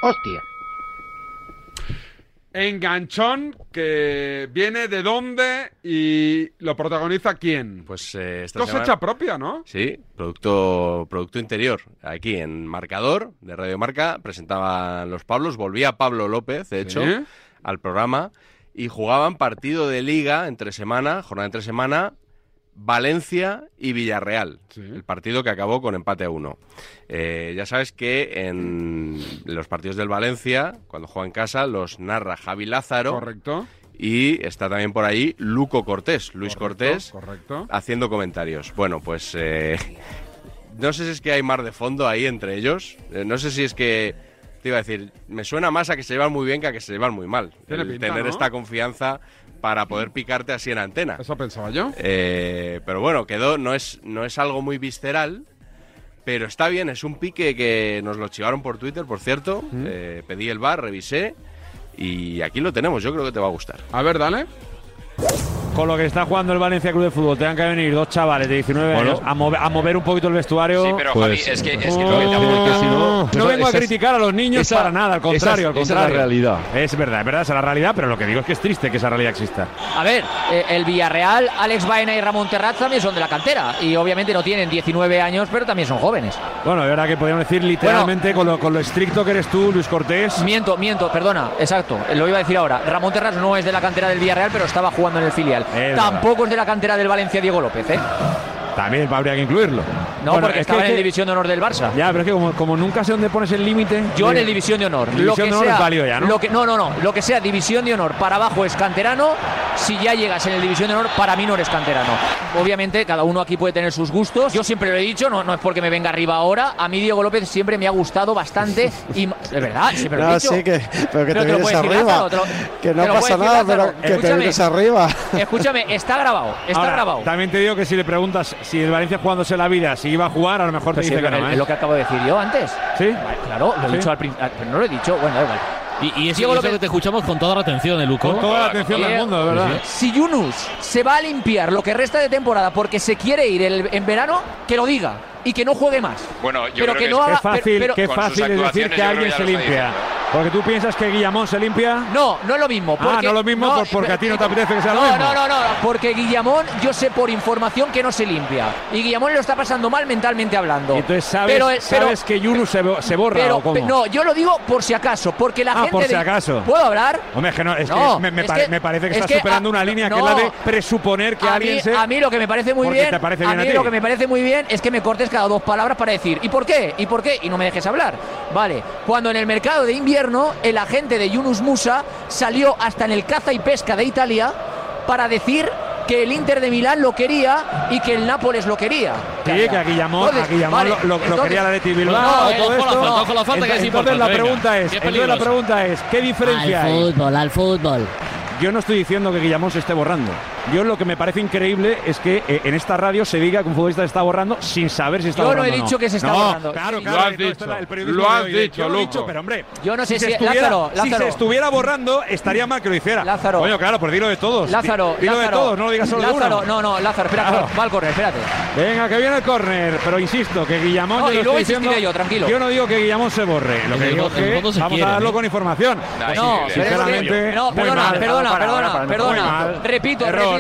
[SPEAKER 23] Hostia.
[SPEAKER 1] Enganchón, que viene de dónde y lo protagoniza quién.
[SPEAKER 2] Pues eh, esta
[SPEAKER 1] Cosecha
[SPEAKER 2] semana-
[SPEAKER 1] propia, ¿no?
[SPEAKER 2] Sí, producto, producto interior. Aquí en Marcador, de Radio Marca, presentaban los Pablos. Volvía Pablo López, de hecho,
[SPEAKER 1] Sí.
[SPEAKER 2] al programa. Y jugaban partido de liga entre semana, jornada entre semana, Valencia y Villarreal. El partido que acabó con empate a uno. Eh, ya sabes que en los partidos del Valencia, cuando juega en casa, los narra Javi Lázaro.
[SPEAKER 1] Correcto.
[SPEAKER 2] Y está también por ahí Luco Cortés, Luis Cortés
[SPEAKER 1] Correcto.
[SPEAKER 2] haciendo comentarios. Bueno, pues eh, No sé si es que hay mar de fondo ahí entre ellos. Eh, No sé si es que. Te iba a decir, me suena más a que se llevan muy bien que a que se llevan muy mal.
[SPEAKER 1] Tiene
[SPEAKER 2] El
[SPEAKER 1] pinta,
[SPEAKER 2] tener
[SPEAKER 1] ¿no?
[SPEAKER 2] esta confianza para poder picarte así en antena.
[SPEAKER 1] Eso pensaba yo.
[SPEAKER 2] Eh, pero bueno, quedó, no es, no es algo muy visceral, pero está bien, es un pique que nos lo chivaron por Twitter, por cierto. Eh, pedí el bar, revisé y aquí lo tenemos, yo creo que te va a gustar.
[SPEAKER 1] A ver, dale.
[SPEAKER 5] Con lo que está jugando el Valencia Club de Fútbol, tengan que venir dos chavales de 19 años a, move- a mover un poquito el vestuario.
[SPEAKER 30] Sí, pero
[SPEAKER 14] Pues,
[SPEAKER 30] Javi, es que, es que
[SPEAKER 5] Oh.
[SPEAKER 30] no,
[SPEAKER 5] No vengo a criticar a los niños para nada, al contrario, al contrario. Es verdad, es verdad, esa es la realidad, pero lo que digo es que es triste que esa realidad exista.
[SPEAKER 14] A ver, eh, el Villarreal, Alex Baena y Ramón Terraz también son de la cantera. Y obviamente no tienen 19 años, pero también son jóvenes.
[SPEAKER 5] Bueno, es verdad que podríamos decir literalmente con, lo, con lo estricto que eres tú, Luis Cortés.
[SPEAKER 14] Miento, miento, perdona, exacto, lo iba a decir ahora. Ramón Terraz no es de la cantera del Villarreal, pero estaba jugando en el filial. Tampoco es de la cantera del Valencia Diego López, ¿eh?
[SPEAKER 5] También habría que incluirlo. Bueno,
[SPEAKER 14] No, porque
[SPEAKER 5] es que-
[SPEAKER 14] estaba en
[SPEAKER 5] que-
[SPEAKER 14] el División de Honor del Barça.
[SPEAKER 5] Ya, pero es que como, como nunca sé dónde pones el límite.
[SPEAKER 14] Yo en
[SPEAKER 5] de-
[SPEAKER 14] el División de Honor.
[SPEAKER 5] División
[SPEAKER 14] lo que
[SPEAKER 5] de honor
[SPEAKER 14] sea,
[SPEAKER 5] es válido ya, ¿no?
[SPEAKER 14] Lo que, no, no, no. Lo que sea División de Honor para abajo es canterano. Si ya llegas en el División de Honor, para mí no eres canterano. Obviamente, cada uno aquí puede tener sus gustos. Yo siempre lo he dicho, no, no es porque me venga arriba ahora. A mí Diego López siempre me ha gustado bastante. Y, ma- es verdad, siempre lo he
[SPEAKER 7] Ah,
[SPEAKER 11] No,
[SPEAKER 14] dicho.
[SPEAKER 11] sí, que, pero que
[SPEAKER 14] Pero
[SPEAKER 11] te,
[SPEAKER 14] te lo
[SPEAKER 11] vienes
[SPEAKER 14] puedes decir,
[SPEAKER 11] arriba.
[SPEAKER 14] Lázaro, te lo-
[SPEAKER 11] que no
[SPEAKER 14] te
[SPEAKER 11] pasa
[SPEAKER 14] lo puedes decir,
[SPEAKER 11] nada,
[SPEAKER 14] Lázaro.
[SPEAKER 11] pero que te
[SPEAKER 14] Escúchame.
[SPEAKER 11] vienes arriba.
[SPEAKER 14] Escúchame, está grabado. Está
[SPEAKER 5] Ahora,
[SPEAKER 14] grabado.
[SPEAKER 5] También te digo que si le preguntas si el Valencia jugándose la vida, si iba a jugar, a lo mejor
[SPEAKER 14] Pero
[SPEAKER 5] te
[SPEAKER 14] sí,
[SPEAKER 5] dice que
[SPEAKER 14] es
[SPEAKER 5] no. ¿eh?
[SPEAKER 14] lo- es lo que acabo de decir yo antes.
[SPEAKER 5] Sí.
[SPEAKER 14] Claro, lo he
[SPEAKER 5] Sí.
[SPEAKER 14] dicho al principio. Pero no lo he dicho, bueno, da igual.
[SPEAKER 6] Y, y eso,
[SPEAKER 14] Diego
[SPEAKER 6] y eso
[SPEAKER 14] López-
[SPEAKER 6] que te escuchamos con toda la atención, ¿eh, Luco.
[SPEAKER 14] Eh, Si Yunus se va a limpiar lo que resta de temporada porque se quiere ir el- en verano, que lo diga y que no juegue más.
[SPEAKER 30] Bueno, yo
[SPEAKER 14] Pero
[SPEAKER 30] creo
[SPEAKER 14] que
[SPEAKER 30] que
[SPEAKER 14] no
[SPEAKER 30] es-
[SPEAKER 14] haga-
[SPEAKER 5] Qué fácil,
[SPEAKER 14] pero-
[SPEAKER 5] qué
[SPEAKER 30] con sus
[SPEAKER 5] fácil es decir
[SPEAKER 30] actuaciones yo
[SPEAKER 5] que
[SPEAKER 30] creo
[SPEAKER 5] alguien
[SPEAKER 30] ya
[SPEAKER 5] se
[SPEAKER 30] lo está
[SPEAKER 5] limpia. Porque tú piensas que Guillamón se limpia.
[SPEAKER 14] No, no es lo mismo.
[SPEAKER 5] Ah,
[SPEAKER 14] porque- eh,
[SPEAKER 5] no es lo mismo por- porque a ti no te apetece que sea lo
[SPEAKER 14] no,
[SPEAKER 5] mismo.
[SPEAKER 14] No, no, no, porque Guillamón, yo sé por información que no se limpia. Y Guillamón lo está pasando mal mentalmente hablando.
[SPEAKER 5] Entonces sabes,
[SPEAKER 14] Pero, eh, pero-
[SPEAKER 5] sabes que Yunus se, bo- se borra
[SPEAKER 14] pero-
[SPEAKER 5] o cómo.
[SPEAKER 14] pe- no, yo lo digo por si acaso, porque la
[SPEAKER 5] Ah,
[SPEAKER 14] gente.
[SPEAKER 5] por
[SPEAKER 14] de-
[SPEAKER 5] si acaso.
[SPEAKER 14] ¿Puedo hablar?
[SPEAKER 5] Hombre, es que no, es que
[SPEAKER 14] No,
[SPEAKER 5] es- me, me
[SPEAKER 14] es
[SPEAKER 5] pare-
[SPEAKER 14] que-
[SPEAKER 5] me parece que
[SPEAKER 14] es
[SPEAKER 5] estás
[SPEAKER 14] que,
[SPEAKER 5] superando
[SPEAKER 14] ah,
[SPEAKER 5] una línea que
[SPEAKER 14] no.
[SPEAKER 5] es la de presuponer que
[SPEAKER 14] a
[SPEAKER 5] alguien
[SPEAKER 14] mí,
[SPEAKER 5] se.
[SPEAKER 14] a mí lo que me parece muy
[SPEAKER 5] Porque
[SPEAKER 14] bien,
[SPEAKER 5] te parece
[SPEAKER 14] a
[SPEAKER 5] bien a
[SPEAKER 14] mí
[SPEAKER 5] ti.
[SPEAKER 14] lo que me parece muy bien es que me cortes cada dos palabras para decir ¿y por qué? ¿y por qué? y no me dejes hablar. Vale, cuando en el mercado de invierno el agente de Yunus Musa salió hasta en el caza y pesca de Italia para decir que el Inter de Milán lo quería y que el Nápoles lo quería.
[SPEAKER 5] Sí, que a Guillamón,
[SPEAKER 14] Entonces,
[SPEAKER 5] a Guillamón
[SPEAKER 14] vale,
[SPEAKER 5] lo- lo, lo
[SPEAKER 14] entonces-
[SPEAKER 5] quería la de
[SPEAKER 14] No,
[SPEAKER 5] Bilbao.
[SPEAKER 14] eh,
[SPEAKER 5] todo
[SPEAKER 14] ojo la
[SPEAKER 5] esto.
[SPEAKER 14] falta, ojo la falta, que es
[SPEAKER 5] entonces,
[SPEAKER 14] importante,
[SPEAKER 5] la
[SPEAKER 14] venga.
[SPEAKER 5] pregunta es,
[SPEAKER 14] Que es
[SPEAKER 5] entonces la
[SPEAKER 14] peligroso.
[SPEAKER 5] pregunta es, ¿qué diferencia
[SPEAKER 14] Al
[SPEAKER 5] hay?
[SPEAKER 14] fútbol, al fútbol.
[SPEAKER 5] Yo no estoy diciendo que Guillamón se esté borrando. Yo lo que me parece increíble es que eh, en esta radio se diga que un futbolista se está borrando sin saber si está
[SPEAKER 14] Yo no he
[SPEAKER 5] borrando. o
[SPEAKER 14] dicho que se está
[SPEAKER 5] No,
[SPEAKER 14] borrando.
[SPEAKER 5] Claro,
[SPEAKER 14] Lo
[SPEAKER 5] claro.
[SPEAKER 14] has
[SPEAKER 5] esto está-
[SPEAKER 14] dicho.
[SPEAKER 5] el periodismo
[SPEAKER 14] Lo
[SPEAKER 5] de
[SPEAKER 14] has
[SPEAKER 5] hoy, de
[SPEAKER 14] dicho,
[SPEAKER 5] hecho, lo he
[SPEAKER 14] Luco.
[SPEAKER 5] pero hombre.
[SPEAKER 14] Yo no sé
[SPEAKER 5] se
[SPEAKER 14] si-
[SPEAKER 5] estuviera-
[SPEAKER 14] Lázaro,
[SPEAKER 5] si
[SPEAKER 14] Lázaro.
[SPEAKER 5] se estuviera borrando, estaría mal que lo hiciera.
[SPEAKER 14] Lázaro.
[SPEAKER 5] Coño, claro, pues dilo de todos. Di-
[SPEAKER 14] Lázaro,
[SPEAKER 5] Dilo
[SPEAKER 14] Lázaro,
[SPEAKER 5] de todos, no lo digas solo de
[SPEAKER 14] Lázaro,
[SPEAKER 5] uno.
[SPEAKER 14] no, no, Lázaro, espera,
[SPEAKER 5] Claro.
[SPEAKER 14] va al córner, espérate.
[SPEAKER 5] Venga, que viene el córner, pero insisto, que Guillamón
[SPEAKER 14] No,
[SPEAKER 5] yo
[SPEAKER 14] y
[SPEAKER 5] no
[SPEAKER 14] luego
[SPEAKER 5] estoy diciendo-
[SPEAKER 14] insistiré yo, tranquilo.
[SPEAKER 5] Yo no digo que Guillamón se borre, lo
[SPEAKER 14] En
[SPEAKER 5] que
[SPEAKER 14] el
[SPEAKER 5] digo es
[SPEAKER 14] fondo- en
[SPEAKER 5] que
[SPEAKER 14] el fondo se
[SPEAKER 5] vamos a
[SPEAKER 14] quieren,
[SPEAKER 5] darlo
[SPEAKER 14] ¿eh?
[SPEAKER 5] con información.
[SPEAKER 14] No,
[SPEAKER 5] Sí,
[SPEAKER 14] pero es que-
[SPEAKER 5] sinceramente,
[SPEAKER 14] no,
[SPEAKER 5] muy
[SPEAKER 14] perdona,
[SPEAKER 5] mal.
[SPEAKER 14] perdona,
[SPEAKER 5] Para,
[SPEAKER 14] perdona,
[SPEAKER 5] para, para,
[SPEAKER 14] perdona.
[SPEAKER 5] muy mal.
[SPEAKER 14] Repito,
[SPEAKER 5] Error.
[SPEAKER 14] repito.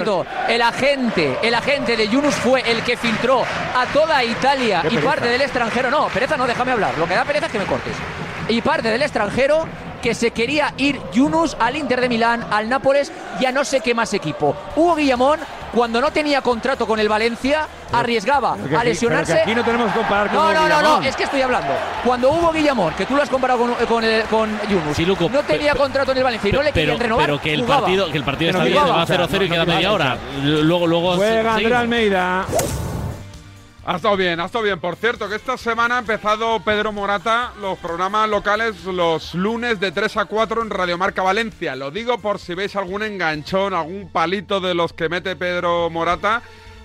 [SPEAKER 14] El agente, el agente de Yunus fue el que filtró a toda Italia
[SPEAKER 5] Qué
[SPEAKER 14] y
[SPEAKER 5] pereza.
[SPEAKER 14] parte del extranjero. No, pereza no, déjame hablar. Lo que da pereza es que me cortes. Y parte del extranjero que se quería ir Yunus al Inter de Milán, al Nápoles y a no sé qué más equipo. Hugo Guillamón, cuando no tenía contrato con el Valencia, arriesgaba
[SPEAKER 5] Pero que
[SPEAKER 14] a
[SPEAKER 5] aquí-
[SPEAKER 14] lesionarse.
[SPEAKER 5] pero que aquí no tenemos que comparar con
[SPEAKER 14] No,
[SPEAKER 5] Hugo
[SPEAKER 14] no, no, no,
[SPEAKER 5] Guillamón.
[SPEAKER 14] es que estoy hablando. Cuando Hugo Guillamón, que tú lo has comparado con, con, el- con Yunus, no tenía
[SPEAKER 6] pe-
[SPEAKER 14] contrato en el Valencia y no le
[SPEAKER 6] pero,
[SPEAKER 14] querían renovar.
[SPEAKER 6] pero que el
[SPEAKER 14] jugaba.
[SPEAKER 6] partido, que el partido
[SPEAKER 14] Que
[SPEAKER 6] está
[SPEAKER 14] no
[SPEAKER 6] bien,
[SPEAKER 14] jugaba.
[SPEAKER 6] va 0-0 y queda media hora. Luego, luego.
[SPEAKER 5] Juega André
[SPEAKER 6] seguimos.
[SPEAKER 5] Almeida.
[SPEAKER 1] Ha estado bien, ha estado bien. Por cierto, que esta semana ha empezado Pedro Morata los programas locales los lunes de 3 a 4 en Radiomarca Valencia. Lo digo por si veis algún enganchón, algún palito de los que mete Pedro Morata,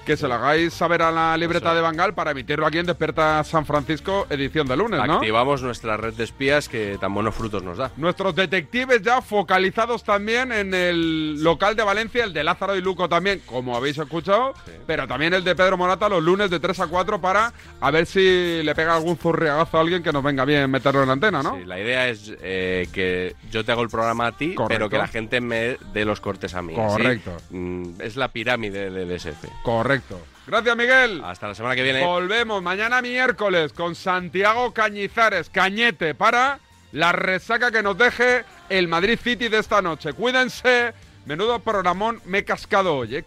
[SPEAKER 1] que se lo hagáis saber a la libreta de Bangal para emitirlo aquí en Desperta San Francisco, edición de lunes, pues, ¿no?
[SPEAKER 2] Activamos nuestra red de espías que tan buenos frutos nos da.
[SPEAKER 1] Nuestros detectives ya focalizados también en el local de Valencia, el de Lázaro y Luco también, como habéis escuchado, pero también el de Pedro Morata los lunes de 3 a 4 para a ver si le pega algún zurriagazo a alguien que nos venga bien meterlo en la antena, ¿no?
[SPEAKER 2] Sí, la idea es eh, que yo te hago el programa a ti,
[SPEAKER 1] Correcto.
[SPEAKER 2] pero que la gente me dé los cortes a mí. ¿sí?
[SPEAKER 1] Correcto.
[SPEAKER 2] Mm, Es la pirámide del DSF.
[SPEAKER 1] Correcto. Gracias, Miguel.
[SPEAKER 2] Hasta la semana que viene.
[SPEAKER 1] Volvemos mañana miércoles con Santiago Cañizares, Cañete, para la resaca que nos deje el Madrid City de esta noche. Cuídense. Menudo programón me he cascado hoy, ¿eh?